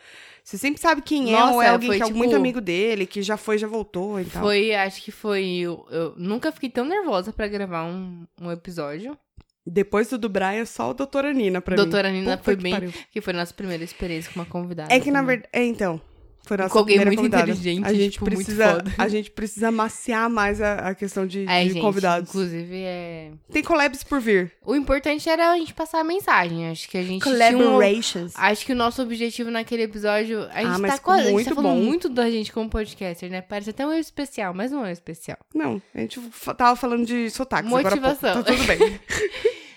[SPEAKER 2] Você sempre sabe quem é, ou
[SPEAKER 1] Nossa,
[SPEAKER 2] é alguém
[SPEAKER 1] foi,
[SPEAKER 2] que é
[SPEAKER 1] tipo,
[SPEAKER 2] muito amigo dele, que já foi, já voltou e tal.
[SPEAKER 1] Foi, acho que foi. Eu, eu nunca fiquei tão nervosa pra gravar um, um episódio.
[SPEAKER 2] Depois do do Brian, só o Doutora Nina pra
[SPEAKER 1] Doutora
[SPEAKER 2] mim.
[SPEAKER 1] Nina
[SPEAKER 2] Puta
[SPEAKER 1] foi
[SPEAKER 2] que
[SPEAKER 1] bem.
[SPEAKER 2] pariu.
[SPEAKER 1] Que foi a nossa primeira experiência com uma convidada.
[SPEAKER 2] É que na
[SPEAKER 1] também.
[SPEAKER 2] verdade. É, então. Foi nossa
[SPEAKER 1] Com alguém
[SPEAKER 2] primeira
[SPEAKER 1] muito
[SPEAKER 2] convidada.
[SPEAKER 1] inteligente,
[SPEAKER 2] A gente,
[SPEAKER 1] tipo, muito
[SPEAKER 2] precisa,
[SPEAKER 1] foda.
[SPEAKER 2] a gente precisa maciar mais a, a questão de,
[SPEAKER 1] É,
[SPEAKER 2] de
[SPEAKER 1] gente,
[SPEAKER 2] convidados.
[SPEAKER 1] Inclusive, é.
[SPEAKER 2] Tem collabs por vir.
[SPEAKER 1] O importante era a gente passar a mensagem. Acho que a gente tinha um Acho que o nosso objetivo naquele episódio. A gente
[SPEAKER 2] Ah, mas
[SPEAKER 1] tá quase. A gente
[SPEAKER 2] muito
[SPEAKER 1] tá falando
[SPEAKER 2] bom.
[SPEAKER 1] muito da gente como podcaster, né? Parece até um eu especial, mas não é um especial.
[SPEAKER 2] Não, a gente fa- tava falando de sotaques agora há pouco.
[SPEAKER 1] Motivação.
[SPEAKER 2] Tá tudo bem.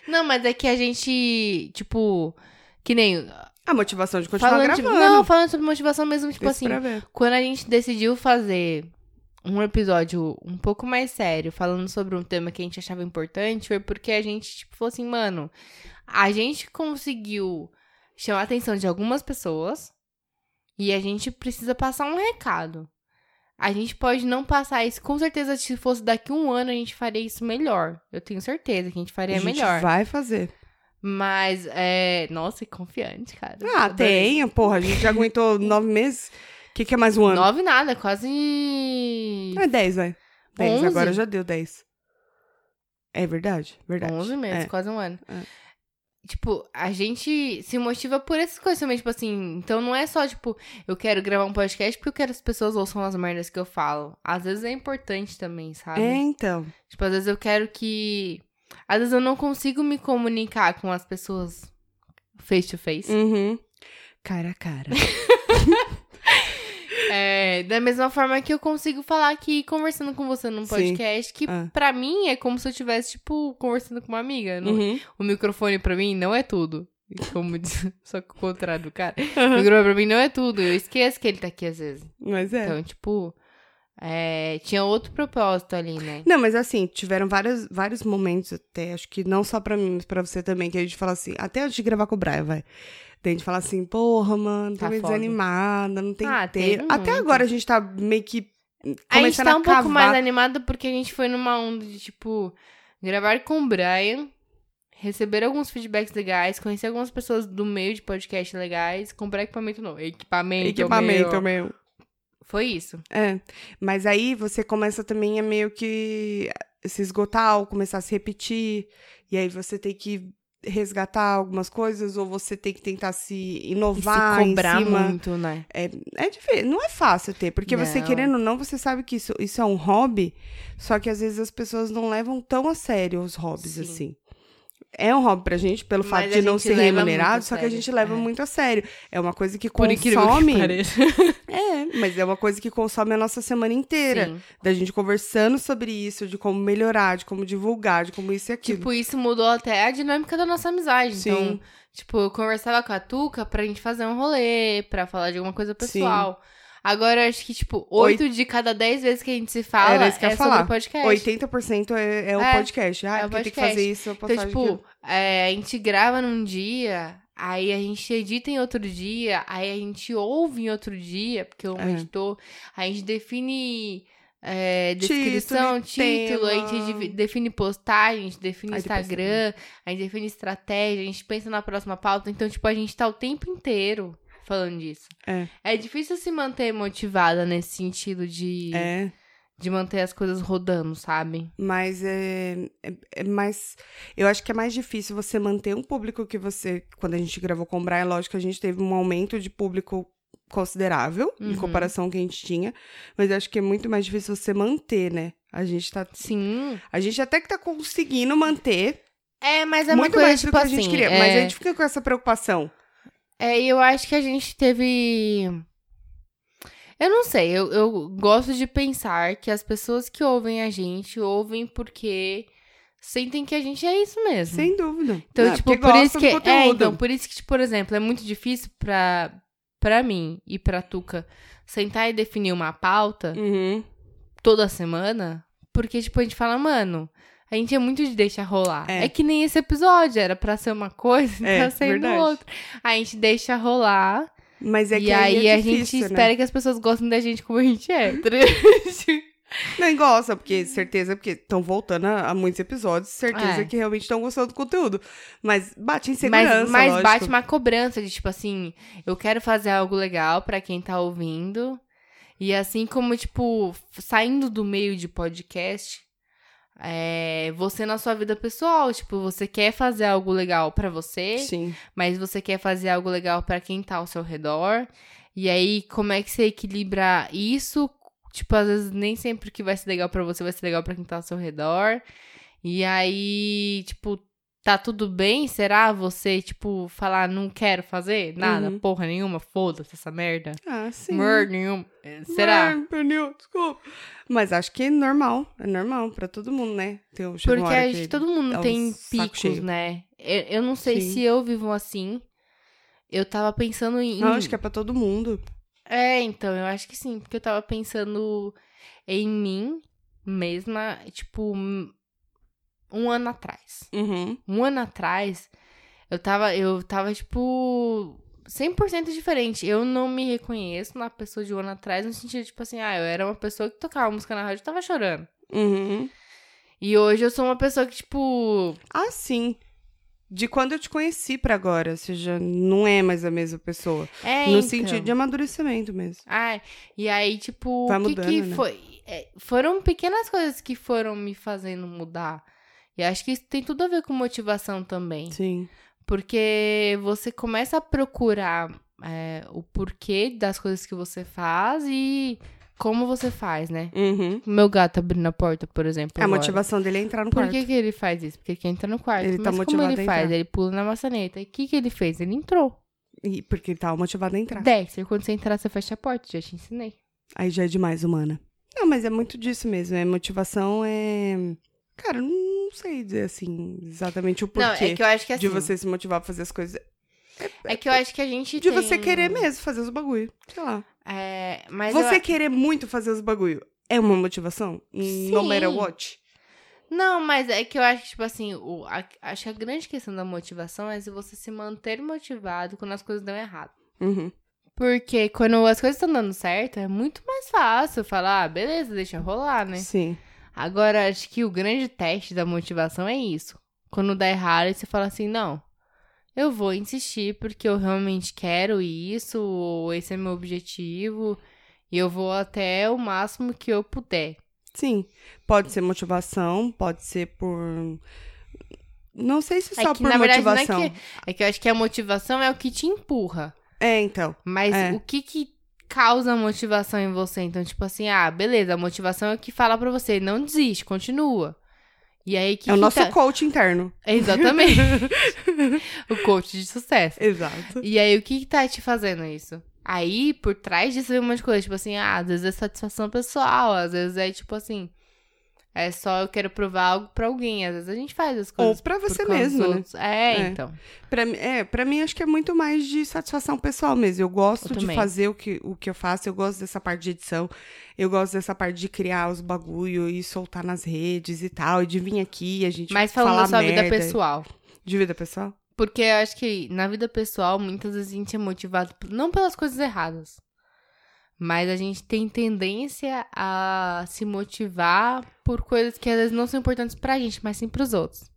[SPEAKER 1] Não, mas é que a gente, tipo. Que nem.
[SPEAKER 2] A motivação de continuar
[SPEAKER 1] Falando, tipo,
[SPEAKER 2] gravando.
[SPEAKER 1] não, falando sobre motivação mesmo, tipo
[SPEAKER 2] Isso
[SPEAKER 1] assim.
[SPEAKER 2] pra ver.
[SPEAKER 1] Quando a gente decidiu fazer um episódio um pouco mais sério, falando sobre um tema que a gente achava importante, foi porque a gente, tipo, falou assim, mano, a gente conseguiu chamar a atenção de algumas pessoas e a gente precisa passar um recado. A gente pode não passar isso, com certeza, se fosse daqui um ano, a gente faria isso melhor. Eu tenho certeza que a gente faria
[SPEAKER 2] a gente
[SPEAKER 1] melhor.
[SPEAKER 2] vai fazer.
[SPEAKER 1] Mas, é. Nossa, que confiante, cara.
[SPEAKER 2] Ah,
[SPEAKER 1] Adorei.
[SPEAKER 2] tenha, porra. A gente
[SPEAKER 1] <laughs>
[SPEAKER 2] já aguentou nove meses. O que, que é mais um ano?
[SPEAKER 1] Nove nada, quase.
[SPEAKER 2] É dez, vai. Dez,
[SPEAKER 1] Onze?
[SPEAKER 2] agora já deu dez. É verdade, verdade.
[SPEAKER 1] 11 meses,
[SPEAKER 2] É.
[SPEAKER 1] quase um ano.
[SPEAKER 2] É.
[SPEAKER 1] Tipo, a gente se motiva por essas coisas também, tipo assim. Então não é só, tipo, eu quero gravar um podcast porque eu quero que as pessoas ouçam as merdas que eu falo. Às vezes é importante também, sabe?
[SPEAKER 2] É, então.
[SPEAKER 1] Tipo, às vezes eu quero que. Às vezes eu não consigo me comunicar com as pessoas face to face.
[SPEAKER 2] Uhum. Cara
[SPEAKER 1] <laughs>
[SPEAKER 2] a cara.
[SPEAKER 1] É, da mesma forma que eu consigo falar aqui conversando com você num
[SPEAKER 2] Sim.
[SPEAKER 1] podcast, que
[SPEAKER 2] Ah.
[SPEAKER 1] pra mim é como se eu estivesse, tipo, conversando com uma amiga. Não,
[SPEAKER 2] Uhum.
[SPEAKER 1] O microfone pra mim não é tudo. Como diz, <laughs> só que o contrário do cara. O microfone pra mim não é tudo. Eu esqueço que ele tá aqui às vezes.
[SPEAKER 2] Mas é.
[SPEAKER 1] Então, tipo, é, tinha outro propósito ali, né?
[SPEAKER 2] Não, mas assim, tiveram vários, vários momentos até, acho que não só pra mim, mas pra você também, que a gente fala assim, até antes de gravar com o Brian, vai. Daí a gente fala assim, porra, mano, tô
[SPEAKER 1] Tá
[SPEAKER 2] meio
[SPEAKER 1] foda.
[SPEAKER 2] desanimada, não tem
[SPEAKER 1] Ah,
[SPEAKER 2] tempo.
[SPEAKER 1] teve
[SPEAKER 2] Até
[SPEAKER 1] muito.
[SPEAKER 2] agora a gente tá meio que
[SPEAKER 1] A gente
[SPEAKER 2] começando
[SPEAKER 1] tá um
[SPEAKER 2] a cavar.
[SPEAKER 1] pouco mais animada porque a gente foi numa onda de, tipo, gravar com o Brian, receber alguns feedbacks legais, conhecer algumas pessoas do meio de podcast legais, comprar equipamento novo. Equipamento,
[SPEAKER 2] equipamento
[SPEAKER 1] meu.
[SPEAKER 2] meu.
[SPEAKER 1] Foi isso.
[SPEAKER 2] É. Mas aí você começa também a meio que se esgotar ou começar a se repetir. E aí você tem que resgatar algumas coisas ou você tem que tentar se
[SPEAKER 1] E
[SPEAKER 2] inovar
[SPEAKER 1] se cobrar
[SPEAKER 2] em cima.
[SPEAKER 1] muito, né?
[SPEAKER 2] É difícil, não é fácil ter, porque você
[SPEAKER 1] Não.
[SPEAKER 2] querendo ou não, você sabe que isso, isso é um hobby, só que às vezes as pessoas não levam tão a sério os hobbies
[SPEAKER 1] Sim.
[SPEAKER 2] assim. É um hobby pra gente, pelo
[SPEAKER 1] Mas
[SPEAKER 2] fato
[SPEAKER 1] a
[SPEAKER 2] de não
[SPEAKER 1] gente
[SPEAKER 2] ser
[SPEAKER 1] leva muito
[SPEAKER 2] remunerado,
[SPEAKER 1] a
[SPEAKER 2] só que a
[SPEAKER 1] sério,
[SPEAKER 2] gente leva
[SPEAKER 1] é.
[SPEAKER 2] muito a sério. É uma coisa que
[SPEAKER 1] Por incrível que <laughs>
[SPEAKER 2] consome.
[SPEAKER 1] pareça.
[SPEAKER 2] É, mas é uma coisa que consome a nossa semana inteira.
[SPEAKER 1] Sim.
[SPEAKER 2] Da gente conversando sobre isso, de como melhorar, de como divulgar, de como isso e aquilo.
[SPEAKER 1] Tipo, isso mudou até a dinâmica da nossa amizade. Então,
[SPEAKER 2] Sim.
[SPEAKER 1] tipo, eu conversava com a Tuca pra gente fazer um rolê, pra falar de alguma coisa pessoal. Agora, eu acho que, tipo, oito de cada dez vezes que a gente se fala
[SPEAKER 2] Era
[SPEAKER 1] é
[SPEAKER 2] isso que eu ia
[SPEAKER 1] sobre
[SPEAKER 2] falar.
[SPEAKER 1] podcast.
[SPEAKER 2] 80% é, é o
[SPEAKER 1] É,
[SPEAKER 2] podcast. Ah,
[SPEAKER 1] é o
[SPEAKER 2] porque tem que
[SPEAKER 1] podcast.
[SPEAKER 2] fazer isso, eu
[SPEAKER 1] Então,
[SPEAKER 2] postagem
[SPEAKER 1] tipo, é, a gente grava num dia, aí a gente edita em outro dia, aí a gente ouve em outro dia, porque um
[SPEAKER 2] É.
[SPEAKER 1] editor, a gente define... é,
[SPEAKER 2] Título e
[SPEAKER 1] descrição, título, a gente
[SPEAKER 2] tema.
[SPEAKER 1] divi- define postagem, a gente define
[SPEAKER 2] Aí depois
[SPEAKER 1] Instagram, a gente define estratégia, a gente pensa na próxima pauta. Então, tipo, a gente tá o tempo inteiro falando disso.
[SPEAKER 2] É.
[SPEAKER 1] difícil se manter motivada nesse sentido de,
[SPEAKER 2] aqui. É.
[SPEAKER 1] de manter as coisas rodando, sabe?
[SPEAKER 2] Mas é, é, é mais. Eu acho que é mais difícil você manter um público que você. Quando a gente gravou com o Brian, lógico que a gente teve um aumento de público considerável em
[SPEAKER 1] Uhum.
[SPEAKER 2] comparação ao que a gente tinha. Mas eu acho que é muito mais difícil você manter, né? A gente tá.
[SPEAKER 1] Sim.
[SPEAKER 2] A gente até que tá conseguindo manter.
[SPEAKER 1] É, mas é uma
[SPEAKER 2] Muito
[SPEAKER 1] coisa
[SPEAKER 2] mais do
[SPEAKER 1] tipo
[SPEAKER 2] que a
[SPEAKER 1] assim,
[SPEAKER 2] gente queria.
[SPEAKER 1] é...
[SPEAKER 2] Mas a gente fica com essa preocupação.
[SPEAKER 1] É, e eu acho que a gente teve. Eu não sei, eu, eu gosto de pensar que as pessoas que ouvem a gente ouvem porque sentem que a gente é isso mesmo.
[SPEAKER 2] Sem dúvida.
[SPEAKER 1] Então,
[SPEAKER 2] Não,
[SPEAKER 1] tipo,
[SPEAKER 2] porque
[SPEAKER 1] por
[SPEAKER 2] gosta
[SPEAKER 1] isso
[SPEAKER 2] do
[SPEAKER 1] que. É,
[SPEAKER 2] conteúdo.
[SPEAKER 1] então, por isso que, tipo, por exemplo, é muito difícil pra, pra mim e pra Tuca sentar e definir uma pauta
[SPEAKER 2] Uhum.
[SPEAKER 1] toda semana, porque, tipo, a gente fala, mano, a gente é muito de deixar rolar. É,
[SPEAKER 2] É.
[SPEAKER 1] que nem esse episódio, era pra ser uma coisa, <laughs>
[SPEAKER 2] É,
[SPEAKER 1] tá sendo
[SPEAKER 2] verdade.
[SPEAKER 1] outra. A gente deixa rolar.
[SPEAKER 2] Mas é que
[SPEAKER 1] e aí
[SPEAKER 2] é
[SPEAKER 1] a
[SPEAKER 2] difícil,
[SPEAKER 1] gente
[SPEAKER 2] né?
[SPEAKER 1] espera que as pessoas gostem da gente como a gente é. tá
[SPEAKER 2] <laughs>
[SPEAKER 1] ligado?
[SPEAKER 2] Não, gosta, porque certeza, porque estão voltando a, a muitos episódios, certeza
[SPEAKER 1] É.
[SPEAKER 2] que realmente estão gostando do conteúdo. Mas bate
[SPEAKER 1] mas
[SPEAKER 2] insegurança,
[SPEAKER 1] mas
[SPEAKER 2] lógico.
[SPEAKER 1] bate uma cobrança de tipo assim, eu quero fazer algo legal pra quem tá ouvindo. E assim como, tipo, f- saindo do meio de podcast, é, você na sua vida pessoal, tipo, você quer fazer algo legal pra você,
[SPEAKER 2] Sim.
[SPEAKER 1] mas você quer fazer algo legal pra quem tá ao seu redor. E aí, como é que você equilibra isso? Tipo, às vezes nem sempre o que vai ser legal pra você vai ser legal pra quem tá ao seu redor. E aí, tipo, tá tudo bem? Será você, tipo, falar não quero fazer nada,
[SPEAKER 2] Uhum.
[SPEAKER 1] porra nenhuma, foda-se essa merda.
[SPEAKER 2] Ah, sim.
[SPEAKER 1] Mer nenhum. Eh, Será?
[SPEAKER 2] Mer- pernil, desculpa. Mas acho que é normal. É normal pra todo mundo, né? Tem um chega uma
[SPEAKER 1] Porque
[SPEAKER 2] hora
[SPEAKER 1] acho que todo mundo
[SPEAKER 2] dá um
[SPEAKER 1] tem
[SPEAKER 2] saco
[SPEAKER 1] picos,
[SPEAKER 2] cheio.
[SPEAKER 1] né? Eu, eu não sei
[SPEAKER 2] Sim.
[SPEAKER 1] se eu vivo assim. Eu tava pensando em.
[SPEAKER 2] Não, acho que é pra todo mundo.
[SPEAKER 1] É, então, eu acho que sim, porque eu tava pensando em mim mesma, tipo, um um ano atrás.
[SPEAKER 2] Uhum.
[SPEAKER 1] Um ano atrás, eu tava, eu tava, tipo, 100% diferente. Eu não me reconheço na pessoa de um ano atrás, no sentido, tipo assim, ah, eu era uma pessoa que tocava música na rádio e tava chorando.
[SPEAKER 2] Uhum.
[SPEAKER 1] E hoje eu sou uma pessoa que, tipo,
[SPEAKER 2] Ah, sim. De quando eu te conheci pra agora, ou seja, não é mais a mesma pessoa.
[SPEAKER 1] é,
[SPEAKER 2] no
[SPEAKER 1] então.
[SPEAKER 2] sentido de amadurecimento mesmo.
[SPEAKER 1] Ai, e aí, tipo,
[SPEAKER 2] Vai
[SPEAKER 1] o que
[SPEAKER 2] mudando,
[SPEAKER 1] que
[SPEAKER 2] né?
[SPEAKER 1] foi? é, foram pequenas coisas que foram me fazendo mudar. E acho que isso tem tudo a ver com motivação também.
[SPEAKER 2] Sim.
[SPEAKER 1] Porque você começa a procurar é, o porquê das coisas que você faz e como você faz, né?
[SPEAKER 2] Uhum.
[SPEAKER 1] Meu gato abrindo a porta, por exemplo.
[SPEAKER 2] A
[SPEAKER 1] agora.
[SPEAKER 2] motivação dele é entrar no
[SPEAKER 1] Por
[SPEAKER 2] quarto.
[SPEAKER 1] que, que ele faz isso? Porque ele entra no quarto.
[SPEAKER 2] Ele tá
[SPEAKER 1] Mas como
[SPEAKER 2] motivado
[SPEAKER 1] ele
[SPEAKER 2] a
[SPEAKER 1] faz?
[SPEAKER 2] entrar.
[SPEAKER 1] Ele pula na maçaneta. E o que, que ele fez? Ele entrou.
[SPEAKER 2] E porque ele tava motivado a entrar.
[SPEAKER 1] Dexter, quando você entrar, você fecha a porta. Já te ensinei.
[SPEAKER 2] Aí já é demais, humana. Não, mas é muito disso mesmo. É motivação é. Cara, eu não sei dizer assim exatamente o porquê
[SPEAKER 1] Não, é que eu acho que assim...
[SPEAKER 2] de você se motivar a fazer as coisas.
[SPEAKER 1] É que eu acho que a gente tem...
[SPEAKER 2] De você querer mesmo fazer os bagulho. Sei lá.
[SPEAKER 1] É, mas
[SPEAKER 2] você
[SPEAKER 1] eu-
[SPEAKER 2] querer muito fazer os bagulho é uma motivação? No
[SPEAKER 1] Sim.
[SPEAKER 2] matter what?
[SPEAKER 1] Não, mas é que eu acho que, tipo assim, o... a- acho que a grande questão da motivação é se você se manter motivado quando as coisas dão errado.
[SPEAKER 2] Uhum.
[SPEAKER 1] Porque quando as coisas estão dando certo, é muito mais fácil falar, ah, beleza, deixa rolar, né?
[SPEAKER 2] Sim.
[SPEAKER 1] Agora, acho que o grande teste da motivação é isso. Quando dá errado, aí você fala assim, não, eu vou insistir porque eu realmente quero isso, ou esse é meu objetivo, e eu vou até o máximo que eu puder.
[SPEAKER 2] Sim. Pode ser motivação, pode ser por. Não sei se só
[SPEAKER 1] que,
[SPEAKER 2] por
[SPEAKER 1] na verdade, não é
[SPEAKER 2] motivação.
[SPEAKER 1] É que eu acho que a motivação é o que te empurra.
[SPEAKER 2] É, então.
[SPEAKER 1] Mas
[SPEAKER 2] É.
[SPEAKER 1] o que que causa motivação em você? Então, tipo assim, ah, beleza, a motivação é o que fala pra você, não desiste, continua. E aí que
[SPEAKER 2] é o
[SPEAKER 1] que
[SPEAKER 2] nosso
[SPEAKER 1] tá-
[SPEAKER 2] coach interno. <laughs>
[SPEAKER 1] Exatamente. o coach de sucesso.
[SPEAKER 2] Exato.
[SPEAKER 1] E aí, o que que tá te fazendo isso? Aí, por trás disso, vem um monte de coisa. Tipo assim, ah, às vezes é satisfação pessoal, às vezes é tipo assim. É só eu quero provar algo pra alguém. Às vezes a gente faz as
[SPEAKER 2] Ou
[SPEAKER 1] coisas.
[SPEAKER 2] pra
[SPEAKER 1] por
[SPEAKER 2] você
[SPEAKER 1] causa dos
[SPEAKER 2] mesmo, né?
[SPEAKER 1] outros. É,
[SPEAKER 2] É.
[SPEAKER 1] então.
[SPEAKER 2] Pra, mim- é, pra mim acho que é muito mais de satisfação pessoal mesmo. Eu gosto
[SPEAKER 1] Eu
[SPEAKER 2] de
[SPEAKER 1] também.
[SPEAKER 2] fazer o que, o que eu faço, eu gosto dessa parte de edição, eu gosto dessa parte de criar os bagulho e soltar nas redes e tal, e de vir aqui e a gente
[SPEAKER 1] Mas falando
[SPEAKER 2] falar
[SPEAKER 1] da sua
[SPEAKER 2] merda.
[SPEAKER 1] vida pessoal.
[SPEAKER 2] De vida pessoal?
[SPEAKER 1] Porque eu acho que na vida pessoal, muitas vezes a gente é motivado p- não pelas coisas erradas. Mas a gente tem tendência a se motivar por coisas que às vezes não são importantes pra gente, mas sim pros outros.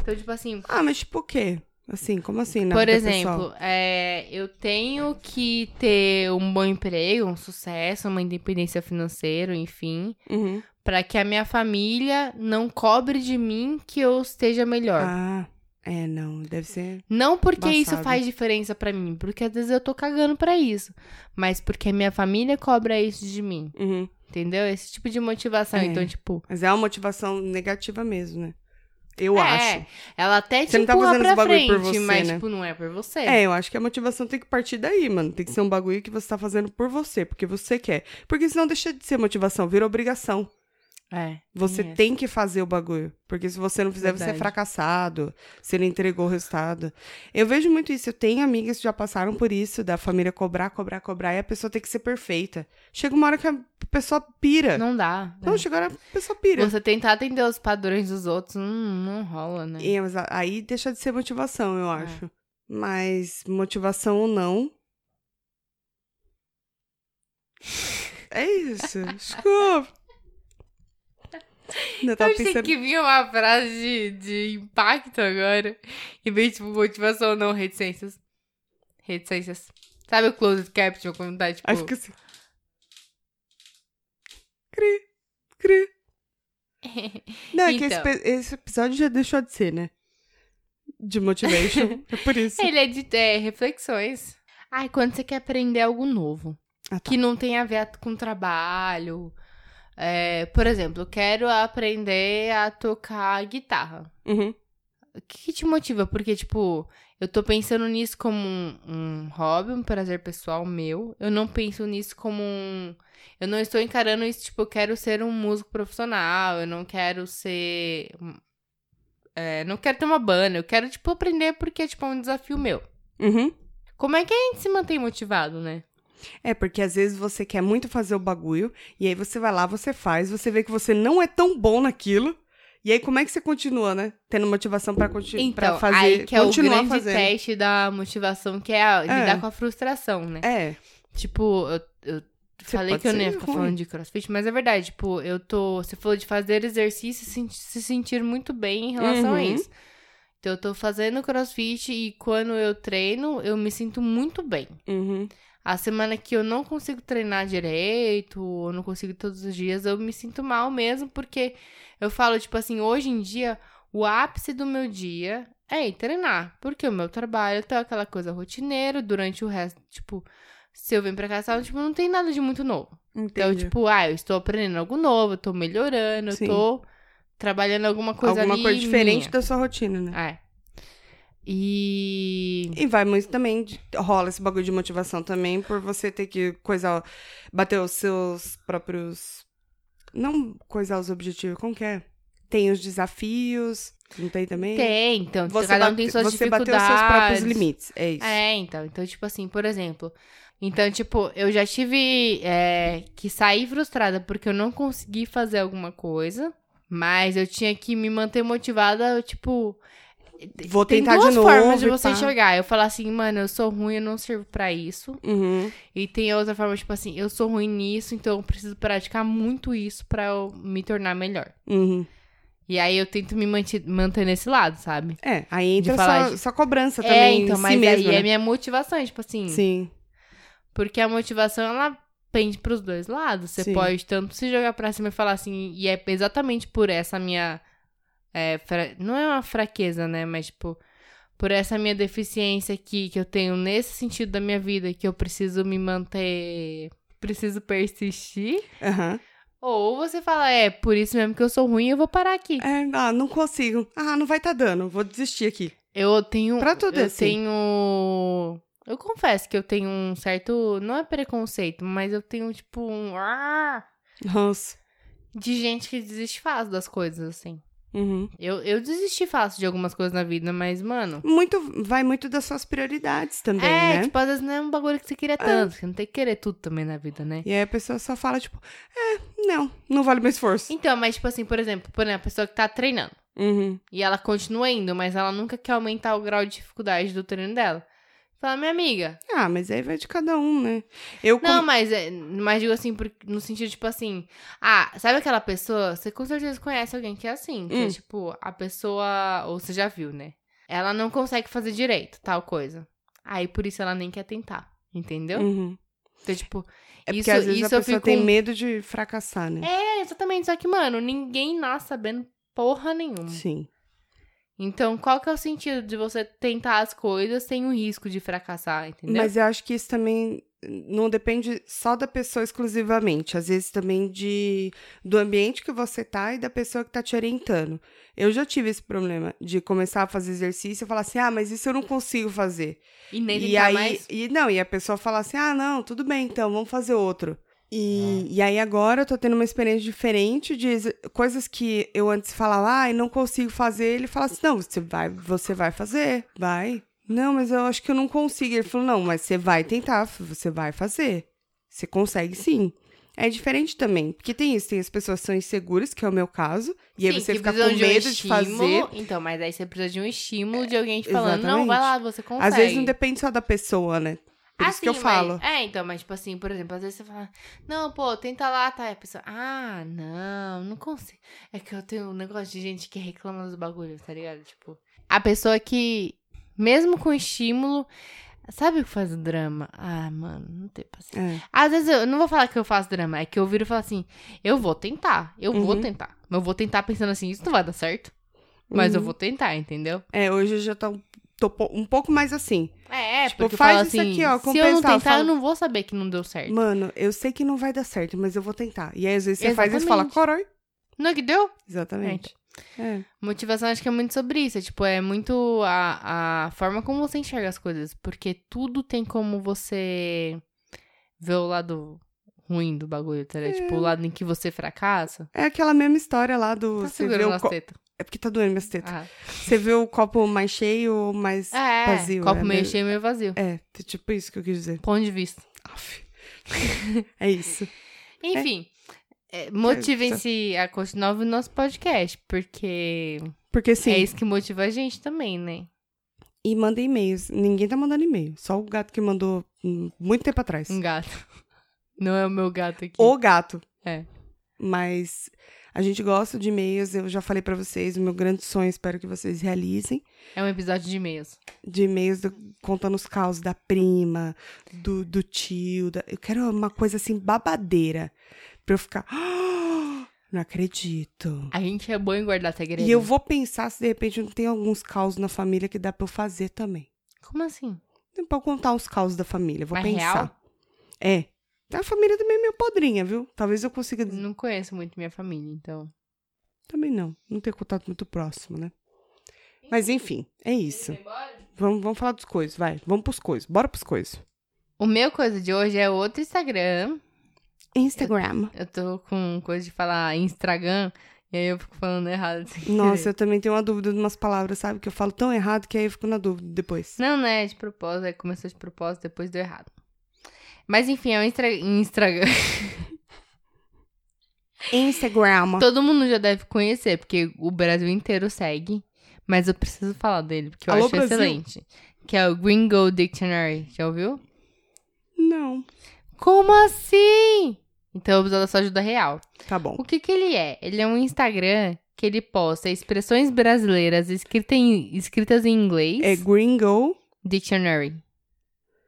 [SPEAKER 1] Então, tipo assim,
[SPEAKER 2] Ah, mas tipo o quê? Assim, como assim na
[SPEAKER 1] por
[SPEAKER 2] vida pessoal?
[SPEAKER 1] exemplo, é, eu tenho que ter um bom emprego, um sucesso, uma independência financeira, enfim,
[SPEAKER 2] Uhum.
[SPEAKER 1] pra que a minha família não cobre de mim que eu esteja melhor.
[SPEAKER 2] Ah, é, não, deve ser...
[SPEAKER 1] Não porque isso
[SPEAKER 2] Embaçado.
[SPEAKER 1] faz diferença pra mim, porque às vezes eu tô cagando pra isso, mas porque minha família cobra isso de mim,
[SPEAKER 2] Uhum.
[SPEAKER 1] entendeu? Esse tipo de motivação.
[SPEAKER 2] É.
[SPEAKER 1] Então, tipo,
[SPEAKER 2] Mas é uma motivação negativa mesmo, né? Eu
[SPEAKER 1] é,
[SPEAKER 2] acho.
[SPEAKER 1] ela até te
[SPEAKER 2] Você não tá
[SPEAKER 1] empurra
[SPEAKER 2] fazendo
[SPEAKER 1] pra
[SPEAKER 2] esse bagulho
[SPEAKER 1] frente,
[SPEAKER 2] por você,
[SPEAKER 1] mas,
[SPEAKER 2] né?
[SPEAKER 1] tipo, não é por você.
[SPEAKER 2] É, eu acho que a motivação tem que partir daí, mano. Tem que ser um bagulho que você tá fazendo por você, porque você quer. Porque senão deixa de ser motivação, vira obrigação.
[SPEAKER 1] É,
[SPEAKER 2] Você
[SPEAKER 1] essa.
[SPEAKER 2] tem que fazer o bagulho. Porque se você não fizer, você é
[SPEAKER 1] Verdade.
[SPEAKER 2] fracassado. Você não entregou o resultado. Eu vejo muito isso. Eu tenho amigas que já passaram por isso, da família cobrar, cobrar, cobrar, e a pessoa tem que ser perfeita. Chega uma hora que a pessoa pira. Não, é.
[SPEAKER 1] Não dá. né?
[SPEAKER 2] chega uma hora que a pessoa pira.
[SPEAKER 1] Você tentar atender os padrões dos outros hum, não rola, né?
[SPEAKER 2] É, mas a- aí deixa de ser motivação,
[SPEAKER 1] É.
[SPEAKER 2] eu acho. Mas motivação ou não. É isso.
[SPEAKER 1] <laughs>
[SPEAKER 2] Desculpa. Ainda
[SPEAKER 1] Eu
[SPEAKER 2] tava
[SPEAKER 1] achei
[SPEAKER 2] tá pensando.
[SPEAKER 1] que vinha uma frase de, de impacto agora. Em vez de tipo, motivação ou não, reticências. Reticências. Sabe o closed caption quando tá tipo.
[SPEAKER 2] Aí fica assim. Cri,
[SPEAKER 1] <laughs>
[SPEAKER 2] cri. Não, é que esse,
[SPEAKER 1] Então.
[SPEAKER 2] pe- esse episódio já deixou de ser, né?
[SPEAKER 1] <laughs>
[SPEAKER 2] De motivation. é por isso.
[SPEAKER 1] Ele é de é, reflexões. Ai, quando você quer aprender algo novo.
[SPEAKER 2] Ah, tá.
[SPEAKER 1] Que não tem a ver com trabalho. É, por exemplo, eu quero aprender a tocar guitarra.
[SPEAKER 2] Uhum.
[SPEAKER 1] O que, que te motiva? Porque, tipo, eu tô pensando nisso como um, um hobby, um prazer pessoal meu. Eu não penso nisso como um. Eu não estou encarando isso, tipo, eu quero ser um músico profissional, eu não quero ser. um, é, não quero ter uma banda, eu quero, tipo, aprender porque, tipo, é um desafio meu.
[SPEAKER 2] Uhum.
[SPEAKER 1] Como é que a gente se mantém motivado, né?
[SPEAKER 2] É, porque às vezes você quer muito fazer o bagulho, e aí você vai lá, você faz, você vê que você não é tão bom naquilo. E aí, como é que você continua, né? Tendo motivação pra, conti Tipo, pra
[SPEAKER 1] Então,
[SPEAKER 2] fazer.
[SPEAKER 1] aí que é o
[SPEAKER 2] continuar
[SPEAKER 1] grande
[SPEAKER 2] fazendo.
[SPEAKER 1] teste da motivação, que é a- lidar com a frustração, né?
[SPEAKER 2] É.
[SPEAKER 1] Tipo, eu, eu
[SPEAKER 2] Você
[SPEAKER 1] falei
[SPEAKER 2] pode
[SPEAKER 1] que eu não ia
[SPEAKER 2] ser
[SPEAKER 1] ficar
[SPEAKER 2] ruim.
[SPEAKER 1] falando de crossfit, mas é verdade. Tipo, eu tô. Você falou de fazer exercício e sen- se sentir muito bem em relação a
[SPEAKER 2] Uhum.
[SPEAKER 1] isso. Então, eu tô fazendo crossfit e quando eu treino, eu me sinto muito bem.
[SPEAKER 2] Uhum.
[SPEAKER 1] A semana que eu não consigo treinar direito, ou não consigo todos os dias, eu me sinto mal mesmo, porque eu falo, tipo assim, hoje em dia, o ápice do meu dia é ir treinar. Porque o meu trabalho tá aquela coisa rotineira, durante o resto, tipo, se eu venho pra casa, tipo, não tem nada de muito novo. Então,
[SPEAKER 2] Entendi.
[SPEAKER 1] tipo, ah, eu estou aprendendo algo novo, eu tô melhorando,
[SPEAKER 2] Sim.
[SPEAKER 1] eu tô trabalhando alguma coisa
[SPEAKER 2] Alguma
[SPEAKER 1] ali
[SPEAKER 2] coisa diferente
[SPEAKER 1] minha.
[SPEAKER 2] da sua rotina, né?
[SPEAKER 1] É. E...
[SPEAKER 2] E vai muito também, de- rola esse bagulho de motivação também, por você ter que coisar, bater os seus próprios. Não coisar os objetivos, como que é? Tem os desafios, não tem também?
[SPEAKER 1] Tem, então,
[SPEAKER 2] Você,
[SPEAKER 1] cada um
[SPEAKER 2] bate-
[SPEAKER 1] tem suas
[SPEAKER 2] você
[SPEAKER 1] dificuldades.
[SPEAKER 2] bateu os seus próprios limites, é isso.
[SPEAKER 1] É, então, então, tipo assim, por exemplo. Então, tipo, eu já tive é, que sair frustrada porque eu não consegui fazer alguma coisa, mas eu tinha que me manter motivada, eu, tipo.
[SPEAKER 2] Vou
[SPEAKER 1] Tem
[SPEAKER 2] tentar
[SPEAKER 1] duas
[SPEAKER 2] de novo.
[SPEAKER 1] formas de
[SPEAKER 2] e
[SPEAKER 1] você
[SPEAKER 2] pá.
[SPEAKER 1] enxergar. Eu falar assim, mano, eu sou ruim, eu não sirvo pra isso.
[SPEAKER 2] Uhum,
[SPEAKER 1] E tem a outra forma, tipo assim, eu sou ruim nisso, então eu preciso praticar muito isso pra eu me tornar melhor.
[SPEAKER 2] uhum.
[SPEAKER 1] E aí eu tento me manti- manter nesse lado, sabe?
[SPEAKER 2] É, aí
[SPEAKER 1] De
[SPEAKER 2] entra
[SPEAKER 1] falar
[SPEAKER 2] sua,
[SPEAKER 1] de-
[SPEAKER 2] sua cobrança
[SPEAKER 1] é,
[SPEAKER 2] também
[SPEAKER 1] então,
[SPEAKER 2] em
[SPEAKER 1] mas
[SPEAKER 2] si mesmo,
[SPEAKER 1] aí é
[SPEAKER 2] né?
[SPEAKER 1] minha motivação, tipo assim.
[SPEAKER 2] Sim,
[SPEAKER 1] Porque a motivação, ela pende pros dois lados. Você
[SPEAKER 2] Sim.
[SPEAKER 1] pode tanto se jogar pra cima e falar assim, e é exatamente por essa minha. é, fra- Não é uma fraqueza, né? Mas, tipo, por essa minha deficiência aqui que eu tenho nesse sentido da minha vida, que eu preciso me manter. Preciso persistir.
[SPEAKER 2] aham.
[SPEAKER 1] Ou você fala, é, por isso mesmo que eu sou ruim, eu vou parar aqui.
[SPEAKER 2] É, ah, não consigo. Ah, não vai tá dando, vou desistir aqui.
[SPEAKER 1] Eu tenho.
[SPEAKER 2] Pra tudo é
[SPEAKER 1] eu
[SPEAKER 2] assim.
[SPEAKER 1] tenho. Eu confesso que eu tenho um certo. Não é preconceito, mas eu tenho, tipo, um. "Ah",
[SPEAKER 2] Nossa.
[SPEAKER 1] De gente que desiste fácil das coisas, assim.
[SPEAKER 2] Uhum.
[SPEAKER 1] Eu, eu desisti fácil de algumas coisas na vida, mas, mano.
[SPEAKER 2] Muito, vai muito das suas prioridades também,
[SPEAKER 1] é,
[SPEAKER 2] né?
[SPEAKER 1] tipo, às vezes não é um bagulho que você queria tanto. Você não tem que querer tudo também na vida, né?
[SPEAKER 2] E aí a pessoa só fala, tipo, é, não, não vale meu esforço.
[SPEAKER 1] Então, mas, tipo assim, por exemplo, por exemplo, a pessoa que tá treinando.
[SPEAKER 2] Uhum.
[SPEAKER 1] E ela continua indo, mas ela nunca quer aumentar o grau de dificuldade do treino dela. Fala, minha amiga,
[SPEAKER 2] Ah, mas aí vai de cada um, né? Eu com-
[SPEAKER 1] Não, mas, é- mas digo assim, por- no sentido, tipo assim. Ah, sabe aquela pessoa? Você com certeza conhece alguém que é assim. Que é
[SPEAKER 2] Hum.
[SPEAKER 1] tipo, a pessoa. Ou você já viu, né? Ela não consegue fazer direito, tal coisa. Aí por isso ela nem quer tentar. Entendeu?
[SPEAKER 2] Uhum.
[SPEAKER 1] Então, tipo.
[SPEAKER 2] É porque
[SPEAKER 1] isso,
[SPEAKER 2] às vezes
[SPEAKER 1] isso
[SPEAKER 2] a
[SPEAKER 1] eu
[SPEAKER 2] pessoa
[SPEAKER 1] fico.
[SPEAKER 2] tem medo de fracassar, né?
[SPEAKER 1] É, exatamente. Só que, mano, ninguém nasce sabendo porra nenhuma.
[SPEAKER 2] Sim.
[SPEAKER 1] Então, qual que é o sentido de você tentar as coisas sem o risco de fracassar, entendeu?
[SPEAKER 2] Mas eu acho que isso também não depende só da pessoa exclusivamente, às vezes também de do ambiente que você tá e da pessoa que tá te orientando. Eu já tive esse problema de começar a fazer exercício e falar assim: "Ah, mas isso eu não consigo fazer".
[SPEAKER 1] E nem
[SPEAKER 2] e
[SPEAKER 1] tentar
[SPEAKER 2] aí
[SPEAKER 1] mais.
[SPEAKER 2] e não, e a pessoa fala assim: "Ah, não, tudo bem, então vamos fazer outro". E, e aí agora eu tô tendo uma experiência diferente de ex- coisas que eu antes falava: "Ah, eu não consigo fazer". Ele fala assim: "Não, você vai, você vai fazer, vai". Não, mas eu acho que eu não consigo. Ele falou: não, mas você vai tentar, você vai fazer. Você consegue sim. É diferente também, porque tem isso, tem as pessoas que são inseguras, que é o meu caso, e aí
[SPEAKER 1] Sim,
[SPEAKER 2] você
[SPEAKER 1] que
[SPEAKER 2] fica com
[SPEAKER 1] precisam de um
[SPEAKER 2] medo de fazer.
[SPEAKER 1] estímulo. Então, mas aí você precisa de um estímulo de alguém te falando, não,
[SPEAKER 2] exatamente.
[SPEAKER 1] vai lá, você consegue.
[SPEAKER 2] Às vezes não depende só da pessoa, né? Por isso que eu
[SPEAKER 1] Assim, mas-
[SPEAKER 2] falo.
[SPEAKER 1] É, então, mas tipo assim, por exemplo, às vezes você fala, não, pô, tenta lá, tá? E a pessoa, ah, não, não consigo. É que eu tenho um negócio de gente que reclama dos bagulhos, tá ligado? Tipo, a pessoa que, mesmo com estímulo, sabe o que faz o drama? Ah, mano, não tem paciência.
[SPEAKER 2] É.
[SPEAKER 1] Às vezes eu não vou falar que eu faço drama, é que eu viro e falo assim, eu vou tentar, eu vou
[SPEAKER 2] Uhum.
[SPEAKER 1] tentar. Mas eu vou tentar pensando assim, isso não vai dar certo. Mas eu
[SPEAKER 2] Uhum.
[SPEAKER 1] vou tentar, entendeu?
[SPEAKER 2] É, hoje eu já tô, tô po- um pouco mais assim.
[SPEAKER 1] É, é
[SPEAKER 2] Tipo,
[SPEAKER 1] porque eu
[SPEAKER 2] faz
[SPEAKER 1] falo
[SPEAKER 2] isso
[SPEAKER 1] assim,
[SPEAKER 2] aqui, ó,
[SPEAKER 1] se eu não
[SPEAKER 2] compensar, eu
[SPEAKER 1] tentar, eu
[SPEAKER 2] falo-
[SPEAKER 1] não vou saber que não deu certo.
[SPEAKER 2] Mano, eu sei que não vai dar certo, mas eu vou tentar. E aí às vezes você faz isso e fala,
[SPEAKER 1] Exatamente.
[SPEAKER 2] corói.
[SPEAKER 1] Não é que deu?
[SPEAKER 2] Exatamente. É.
[SPEAKER 1] Motivação acho que é muito sobre isso. É, tipo, é muito a, a forma como você enxerga as coisas. Porque tudo tem como você ver o lado ruim do bagulho, tá ligado? Tipo, o lado em que você fracassa.
[SPEAKER 2] É aquela mesma história lá do.
[SPEAKER 1] Tá
[SPEAKER 2] você vê
[SPEAKER 1] segurando
[SPEAKER 2] o
[SPEAKER 1] as
[SPEAKER 2] co-
[SPEAKER 1] tetas.
[SPEAKER 2] É porque tá doendo minhas tetas.
[SPEAKER 1] Ah.
[SPEAKER 2] Você vê o copo mais cheio ou mais
[SPEAKER 1] É,
[SPEAKER 2] vazio.
[SPEAKER 1] copo
[SPEAKER 2] é
[SPEAKER 1] meio
[SPEAKER 2] mesmo-
[SPEAKER 1] cheio, meio vazio.
[SPEAKER 2] É, t- tipo isso que eu quis dizer.
[SPEAKER 1] Ponto de vista.
[SPEAKER 2] Aff. <laughs> é isso.
[SPEAKER 1] Enfim, é, motivem-se a continuar ouvindo nosso podcast. Porque
[SPEAKER 2] Porque sim,
[SPEAKER 1] é isso que motiva a gente também, né?
[SPEAKER 2] e manda e-mails. Ninguém tá mandando e-mail. Só o gato que mandou hum, muito tempo atrás.
[SPEAKER 1] Um gato. <laughs> Não é o meu gato aqui.
[SPEAKER 2] O gato.
[SPEAKER 1] É.
[SPEAKER 2] Mas a gente gosta de e-mails. Eu já falei pra vocês, o meu grande sonho, espero que vocês realizem.
[SPEAKER 1] É um episódio de e-mails.
[SPEAKER 2] De e-mails do- contando os caos da prima, do, do tio. da- Eu quero uma coisa assim babadeira. Pra eu ficar. <gasps> "Ah, não acredito.
[SPEAKER 1] A gente é bom em guardar segredo.
[SPEAKER 2] E eu vou pensar se de repente não tem alguns caos na família que dá pra eu fazer também.
[SPEAKER 1] Como assim?
[SPEAKER 2] Tem pra eu contar os caos da família, vou
[SPEAKER 1] Mas
[SPEAKER 2] pensar. É. A família também é meio podrinha, viu? Talvez eu consiga. dizer.
[SPEAKER 1] Não conheço muito minha família, então.
[SPEAKER 2] Também não. Não ter contato muito próximo, né? Mas enfim, é isso. Vamos, vamos falar dos coisas, vai. Vamos pros coisas. Bora pros coisas.
[SPEAKER 1] O meu coisa de hoje é outro Instagram.
[SPEAKER 2] Instagram.
[SPEAKER 1] Eu tô com coisa de falar Instagram. E aí eu fico falando errado. <laughs> sem querer.
[SPEAKER 2] Nossa, eu também tenho uma dúvida de umas palavras, sabe? Que eu falo tão errado que aí eu fico na dúvida depois.
[SPEAKER 1] Não, não é de propósito. Aí começou de propósito, depois deu errado. Mas enfim, é um Instra- Instagram.
[SPEAKER 2] Instagram.
[SPEAKER 1] Todo mundo já deve conhecer, porque o Brasil inteiro segue. Mas eu preciso falar dele, porque eu
[SPEAKER 2] Alô,
[SPEAKER 1] acho
[SPEAKER 2] Brasil.
[SPEAKER 1] excelente. Que é o Gringo Dictionary. Já ouviu?
[SPEAKER 2] Não.
[SPEAKER 1] Como assim? Então, o episódio da sua ajuda real.
[SPEAKER 2] Tá bom.
[SPEAKER 1] O que que ele é? Ele é um Instagram que ele posta expressões brasileiras escrita em- escritas em inglês.
[SPEAKER 2] É Gringo
[SPEAKER 1] Dictionary.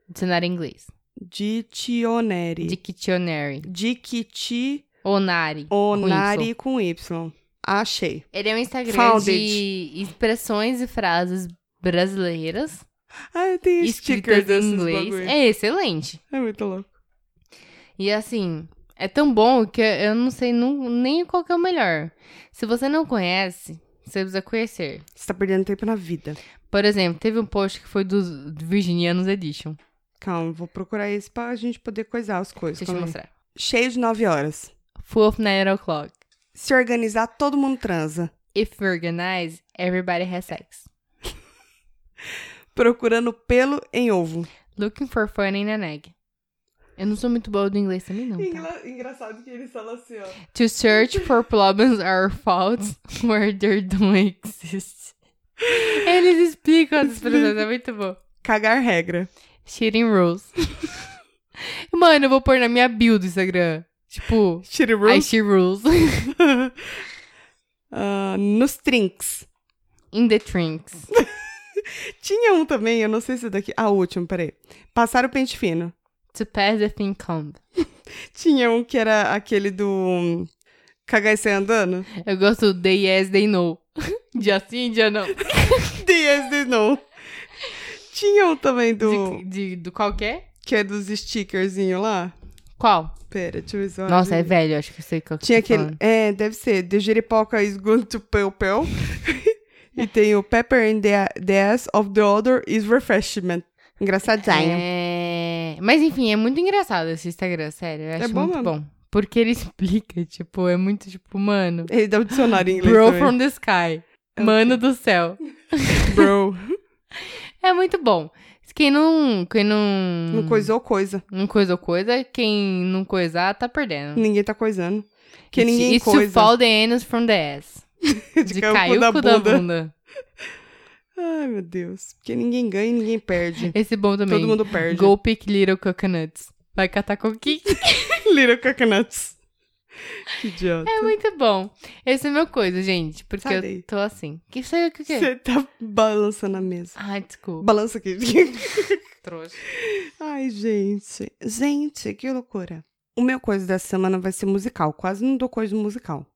[SPEAKER 1] Dicionário em inglês.
[SPEAKER 2] Dictionary.
[SPEAKER 1] Dictionary.
[SPEAKER 2] Dikiti
[SPEAKER 1] Onari.
[SPEAKER 2] Onari com Y. Achei.
[SPEAKER 1] Ele é um Instagram
[SPEAKER 2] Found
[SPEAKER 1] de expressões e frases brasileiras
[SPEAKER 2] Ah, eu tenho sticker
[SPEAKER 1] escritas em
[SPEAKER 2] desses
[SPEAKER 1] inglês.
[SPEAKER 2] bagulho. É.
[SPEAKER 1] É excelente.
[SPEAKER 2] muito louco.
[SPEAKER 1] E assim, é tão bom que eu não sei nu- nem qual que é o melhor. Se você não conhece, você precisa conhecer.
[SPEAKER 2] Você tá perdendo tempo na vida.
[SPEAKER 1] Por exemplo, teve um post que foi dos Virginianos Edition.
[SPEAKER 2] Calma, vou procurar esse pra gente poder coisar as coisas.
[SPEAKER 1] Deixa eu te
[SPEAKER 2] Calma aí.
[SPEAKER 1] mostrar.
[SPEAKER 2] Cheio de 9 horas.
[SPEAKER 1] Full of nine o'clock.
[SPEAKER 2] Se organizar, todo mundo transa.
[SPEAKER 1] If you organize, everybody has sex.
[SPEAKER 2] Procurando pelo em ovo.
[SPEAKER 1] Looking for fun in an egg. Eu não sou muito boa do inglês também, não. Tá?
[SPEAKER 2] Engraçado que eles falam assim, ó.
[SPEAKER 1] To search for problems or
[SPEAKER 2] <laughs>
[SPEAKER 1] faults where they don't exist. Eles explicam as expressões, é muito bom.
[SPEAKER 2] Cagar regra.
[SPEAKER 1] Cheating rules. <laughs> Mano, eu vou pôr na minha bio do Instagram. Tipo,
[SPEAKER 2] Shitty
[SPEAKER 1] I
[SPEAKER 2] rules.
[SPEAKER 1] she rules.
[SPEAKER 2] <laughs> Ah, nos trinks.
[SPEAKER 1] <laughs> in the trinks.
[SPEAKER 2] Tinha um também, eu não sei se daqui. Ah, o último, peraí. Passar o pente fino.
[SPEAKER 1] To pass the thing comb.
[SPEAKER 2] Tinha um que era aquele do hum, cagar e
[SPEAKER 1] <laughs>
[SPEAKER 2] sair andando.
[SPEAKER 1] Eu gosto do They Yes, They No. <laughs> Dia sim, dia não.
[SPEAKER 2] Dias de não. Tinha um também <laughs> do
[SPEAKER 1] De, de- do qualquer?
[SPEAKER 2] Que é dos stickerzinhos lá.
[SPEAKER 1] Qual?
[SPEAKER 2] Pera, deixa eu ver se eu
[SPEAKER 1] Nossa,
[SPEAKER 2] acho.
[SPEAKER 1] é velho, acho que eu sei qual que
[SPEAKER 2] Ah, Tinha
[SPEAKER 1] você tá
[SPEAKER 2] aquele.
[SPEAKER 1] falando.
[SPEAKER 2] É, deve ser. The Jeripoca is going to Pel Pel. <laughs> e tem o Pepper and the, the ass of the other is refreshment. Engraçadinho.
[SPEAKER 1] É... Mas enfim, é muito engraçado esse Instagram, sério. Eu acho
[SPEAKER 2] É bom
[SPEAKER 1] muito
[SPEAKER 2] mesmo.
[SPEAKER 1] bom. Porque ele <laughs> explica, tipo, é muito tipo, mano.
[SPEAKER 2] Ele dá o dicionário em inglês.
[SPEAKER 1] Bro
[SPEAKER 2] também. É
[SPEAKER 1] from the sky. Mano do céu. <laughs>
[SPEAKER 2] Bro.
[SPEAKER 1] É muito bom. Quem não. Quem não.
[SPEAKER 2] Não coisou coisa.
[SPEAKER 1] não coisou coisa, quem não coisar, tá perdendo.
[SPEAKER 2] Ninguém tá coisando. Que
[SPEAKER 1] It's-
[SPEAKER 2] ninguém
[SPEAKER 1] it's
[SPEAKER 2] coisa.
[SPEAKER 1] to fall the anus from the
[SPEAKER 2] <laughs>
[SPEAKER 1] ass.
[SPEAKER 2] de
[SPEAKER 1] De
[SPEAKER 2] cair o
[SPEAKER 1] cair
[SPEAKER 2] cu da
[SPEAKER 1] o cu da
[SPEAKER 2] bunda.
[SPEAKER 1] bunda.
[SPEAKER 2] Ai, meu Deus. Porque ninguém ganha e ninguém perde.
[SPEAKER 1] Esse é bom também.
[SPEAKER 2] Todo mundo perde.
[SPEAKER 1] Go pick little coconuts. Vai catar coquinho.
[SPEAKER 2] <laughs> Little coconuts. Que idiota.
[SPEAKER 1] É muito bom. Esse é meu coisa, gente. Porque
[SPEAKER 2] Sai
[SPEAKER 1] eu
[SPEAKER 2] daí.
[SPEAKER 1] tô assim. Que isso aí, o que que é?
[SPEAKER 2] Você tá balançando a mesa.
[SPEAKER 1] Ai, desculpa.
[SPEAKER 2] Balança aqui.
[SPEAKER 1] Trouxa.
[SPEAKER 2] Ai, gente. Gente, que loucura. O meu coisa dessa semana vai ser musical. Quase não dou coisa musical.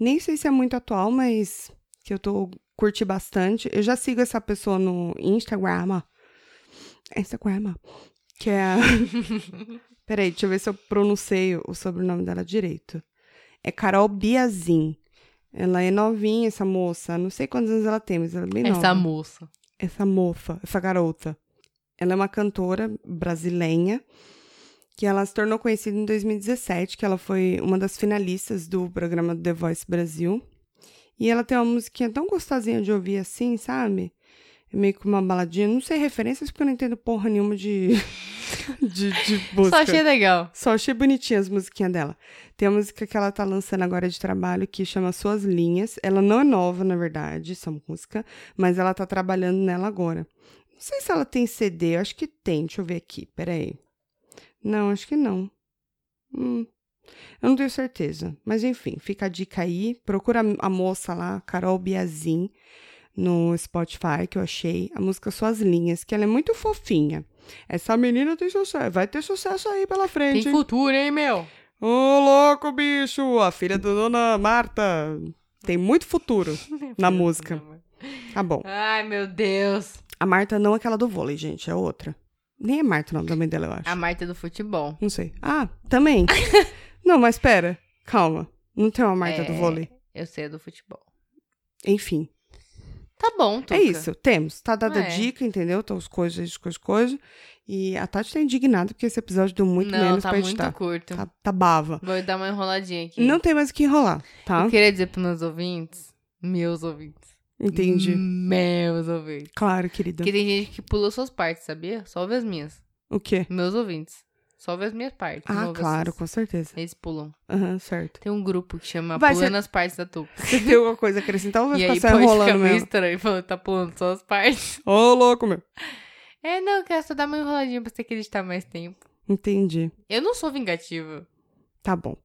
[SPEAKER 2] Nem sei se é muito atual, mas que eu tô curti bastante. Eu já sigo essa pessoa no Instagram. Instagram. Que é a... Peraí, deixa eu ver se eu pronunciei o sobrenome dela direito. É Carol Biazin. Ela é novinha, essa moça. Não sei quantos anos ela tem, mas ela é bem nova
[SPEAKER 1] Essa moça.
[SPEAKER 2] essa mofa, essa garota. Ela é uma cantora brasileira que ela se tornou conhecida em 2017, que ela foi uma das finalistas do programa The Voice Brasil. E ela tem uma musiquinha tão gostosinha de ouvir assim, sabe? É meio que uma baladinha. Não sei referências porque eu não entendo porra nenhuma de, <laughs> de, de música.
[SPEAKER 1] Só achei legal.
[SPEAKER 2] Só achei bonitinhas as musiquinhas dela. Tem a música que ela tá lançando agora de trabalho que chama Suas Linhas. Ela não é nova, na verdade, essa música, mas ela tá trabalhando nela agora. Não sei se ela tem CD, eu acho que tem. Deixa eu ver aqui, peraí. Não, acho que não. Hum, eu não tenho certeza. Mas enfim, fica a dica aí. Procura a moça lá, Carol Biazin, no Spotify, que eu achei. A música Suas Linhas, que ela é muito fofinha. Essa menina tem sucesso. Vai ter sucesso aí pela frente.
[SPEAKER 1] Tem
[SPEAKER 2] hein?
[SPEAKER 1] futuro, hein, meu?
[SPEAKER 2] Ô, louco, bicho! A filha da dona Marta. Tem muito futuro na música. Tá bom.
[SPEAKER 1] Ai, meu Deus.
[SPEAKER 2] A Marta não é aquela do vôlei, gente. É outra. Nem é Marta o nome da mãe dela, eu acho.
[SPEAKER 1] A Marta é do futebol.
[SPEAKER 2] Não sei. Ah,
[SPEAKER 1] <laughs>
[SPEAKER 2] também. não, mas pera. Calma. Não tem uma Marta do
[SPEAKER 1] É.
[SPEAKER 2] vôlei.
[SPEAKER 1] Eu sei a do futebol.
[SPEAKER 2] Enfim.
[SPEAKER 1] Tá bom, Tuca.
[SPEAKER 2] É isso. Temos. Tá dada a
[SPEAKER 1] É.
[SPEAKER 2] dica, entendeu? Então, as coisas, coisas, coisas. E a Tati tá indignada porque esse episódio deu muito
[SPEAKER 1] Não,
[SPEAKER 2] menos
[SPEAKER 1] tá
[SPEAKER 2] pra
[SPEAKER 1] muito
[SPEAKER 2] editar.
[SPEAKER 1] curto.
[SPEAKER 2] Tá, tá bava.
[SPEAKER 1] Vou dar uma enroladinha aqui.
[SPEAKER 2] Não tem mais o que enrolar, tá?
[SPEAKER 1] Eu queria dizer pros meus ouvintes. Meus ouvintes.
[SPEAKER 2] Entendi.
[SPEAKER 1] Meus ouvintes.
[SPEAKER 2] Claro, querida.
[SPEAKER 1] Porque tem gente Hum. que pula suas partes, sabia? Só ouve as minhas.
[SPEAKER 2] O quê?
[SPEAKER 1] Meus ouvintes. Só ouve as minhas partes. não
[SPEAKER 2] Ah,
[SPEAKER 1] ouve as
[SPEAKER 2] claro,
[SPEAKER 1] suas.
[SPEAKER 2] com certeza.
[SPEAKER 1] Eles pulam. <laughs>
[SPEAKER 2] Aham, certo.
[SPEAKER 1] Tem um grupo que chama
[SPEAKER 2] Vai,
[SPEAKER 1] Pulando as Partes da Tuca.
[SPEAKER 2] Se tem alguma coisa a acrescentar, eu vou
[SPEAKER 1] E
[SPEAKER 2] ficar
[SPEAKER 1] aí
[SPEAKER 2] só
[SPEAKER 1] pode ficar
[SPEAKER 2] enrolando
[SPEAKER 1] meio
[SPEAKER 2] mesmo.
[SPEAKER 1] estranho falando, tá pulando só as partes. <laughs>
[SPEAKER 2] Ô, louco, meu.
[SPEAKER 1] É, não, eu quero só dar uma enroladinha pra você acreditar mais tempo.
[SPEAKER 2] Entendi.
[SPEAKER 1] Eu não sou vingativa.
[SPEAKER 2] Tá bom.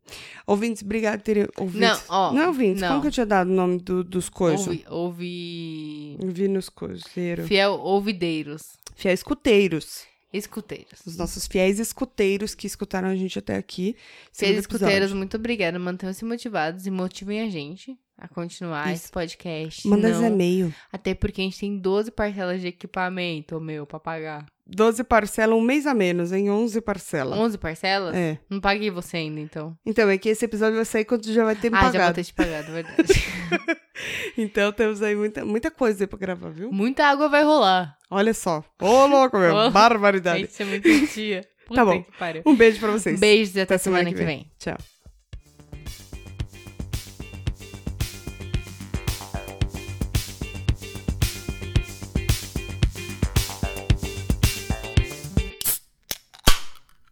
[SPEAKER 2] Ouvintes, obrigado por terem ouvido.
[SPEAKER 1] Não, ó,
[SPEAKER 2] Não, ouvintes,
[SPEAKER 1] não.
[SPEAKER 2] como que é eu tinha dado o nome do- dos coisas?
[SPEAKER 1] Ouvi, ouvi...
[SPEAKER 2] Vi nos coiseiros.
[SPEAKER 1] Fiel ouvideiros.
[SPEAKER 2] Fiéis escuteiros.
[SPEAKER 1] Escuteiros.
[SPEAKER 2] Os nossos fiéis escuteiros que escutaram a gente até aqui.
[SPEAKER 1] Fiéis
[SPEAKER 2] Segundo episódio.
[SPEAKER 1] escuteiros, muito obrigada. Mantenham-se motivados e motivem a gente a continuar
[SPEAKER 2] Isso.
[SPEAKER 1] esse podcast.
[SPEAKER 2] Manda
[SPEAKER 1] não,
[SPEAKER 2] esse e-mail.
[SPEAKER 1] Até porque a gente tem 12 parcelas de equipamento, meu, pra pagar.
[SPEAKER 2] 12 parcelas, um mês a menos, em 11 parcelas.
[SPEAKER 1] 11 parcelas?
[SPEAKER 2] É.
[SPEAKER 1] Não paguei você ainda, então.
[SPEAKER 2] Então, é que esse episódio vai sair quando já vai ter me
[SPEAKER 1] ah, já vou
[SPEAKER 2] pagado.
[SPEAKER 1] ter te pagado,
[SPEAKER 2] <laughs>
[SPEAKER 1] verdade.
[SPEAKER 2] Então, temos aí muita, muita coisa aí pra gravar, viu?
[SPEAKER 1] Muita água vai rolar.
[SPEAKER 2] Olha só. Ô, louco, meu.
[SPEAKER 1] Ô.
[SPEAKER 2] Barbaridade.
[SPEAKER 1] Gente, Isso é muito dia. Puta
[SPEAKER 2] Tá bom.
[SPEAKER 1] que pariu.
[SPEAKER 2] Um beijo pra vocês.
[SPEAKER 1] Beijos e até, semana, que vem.
[SPEAKER 2] Tchau.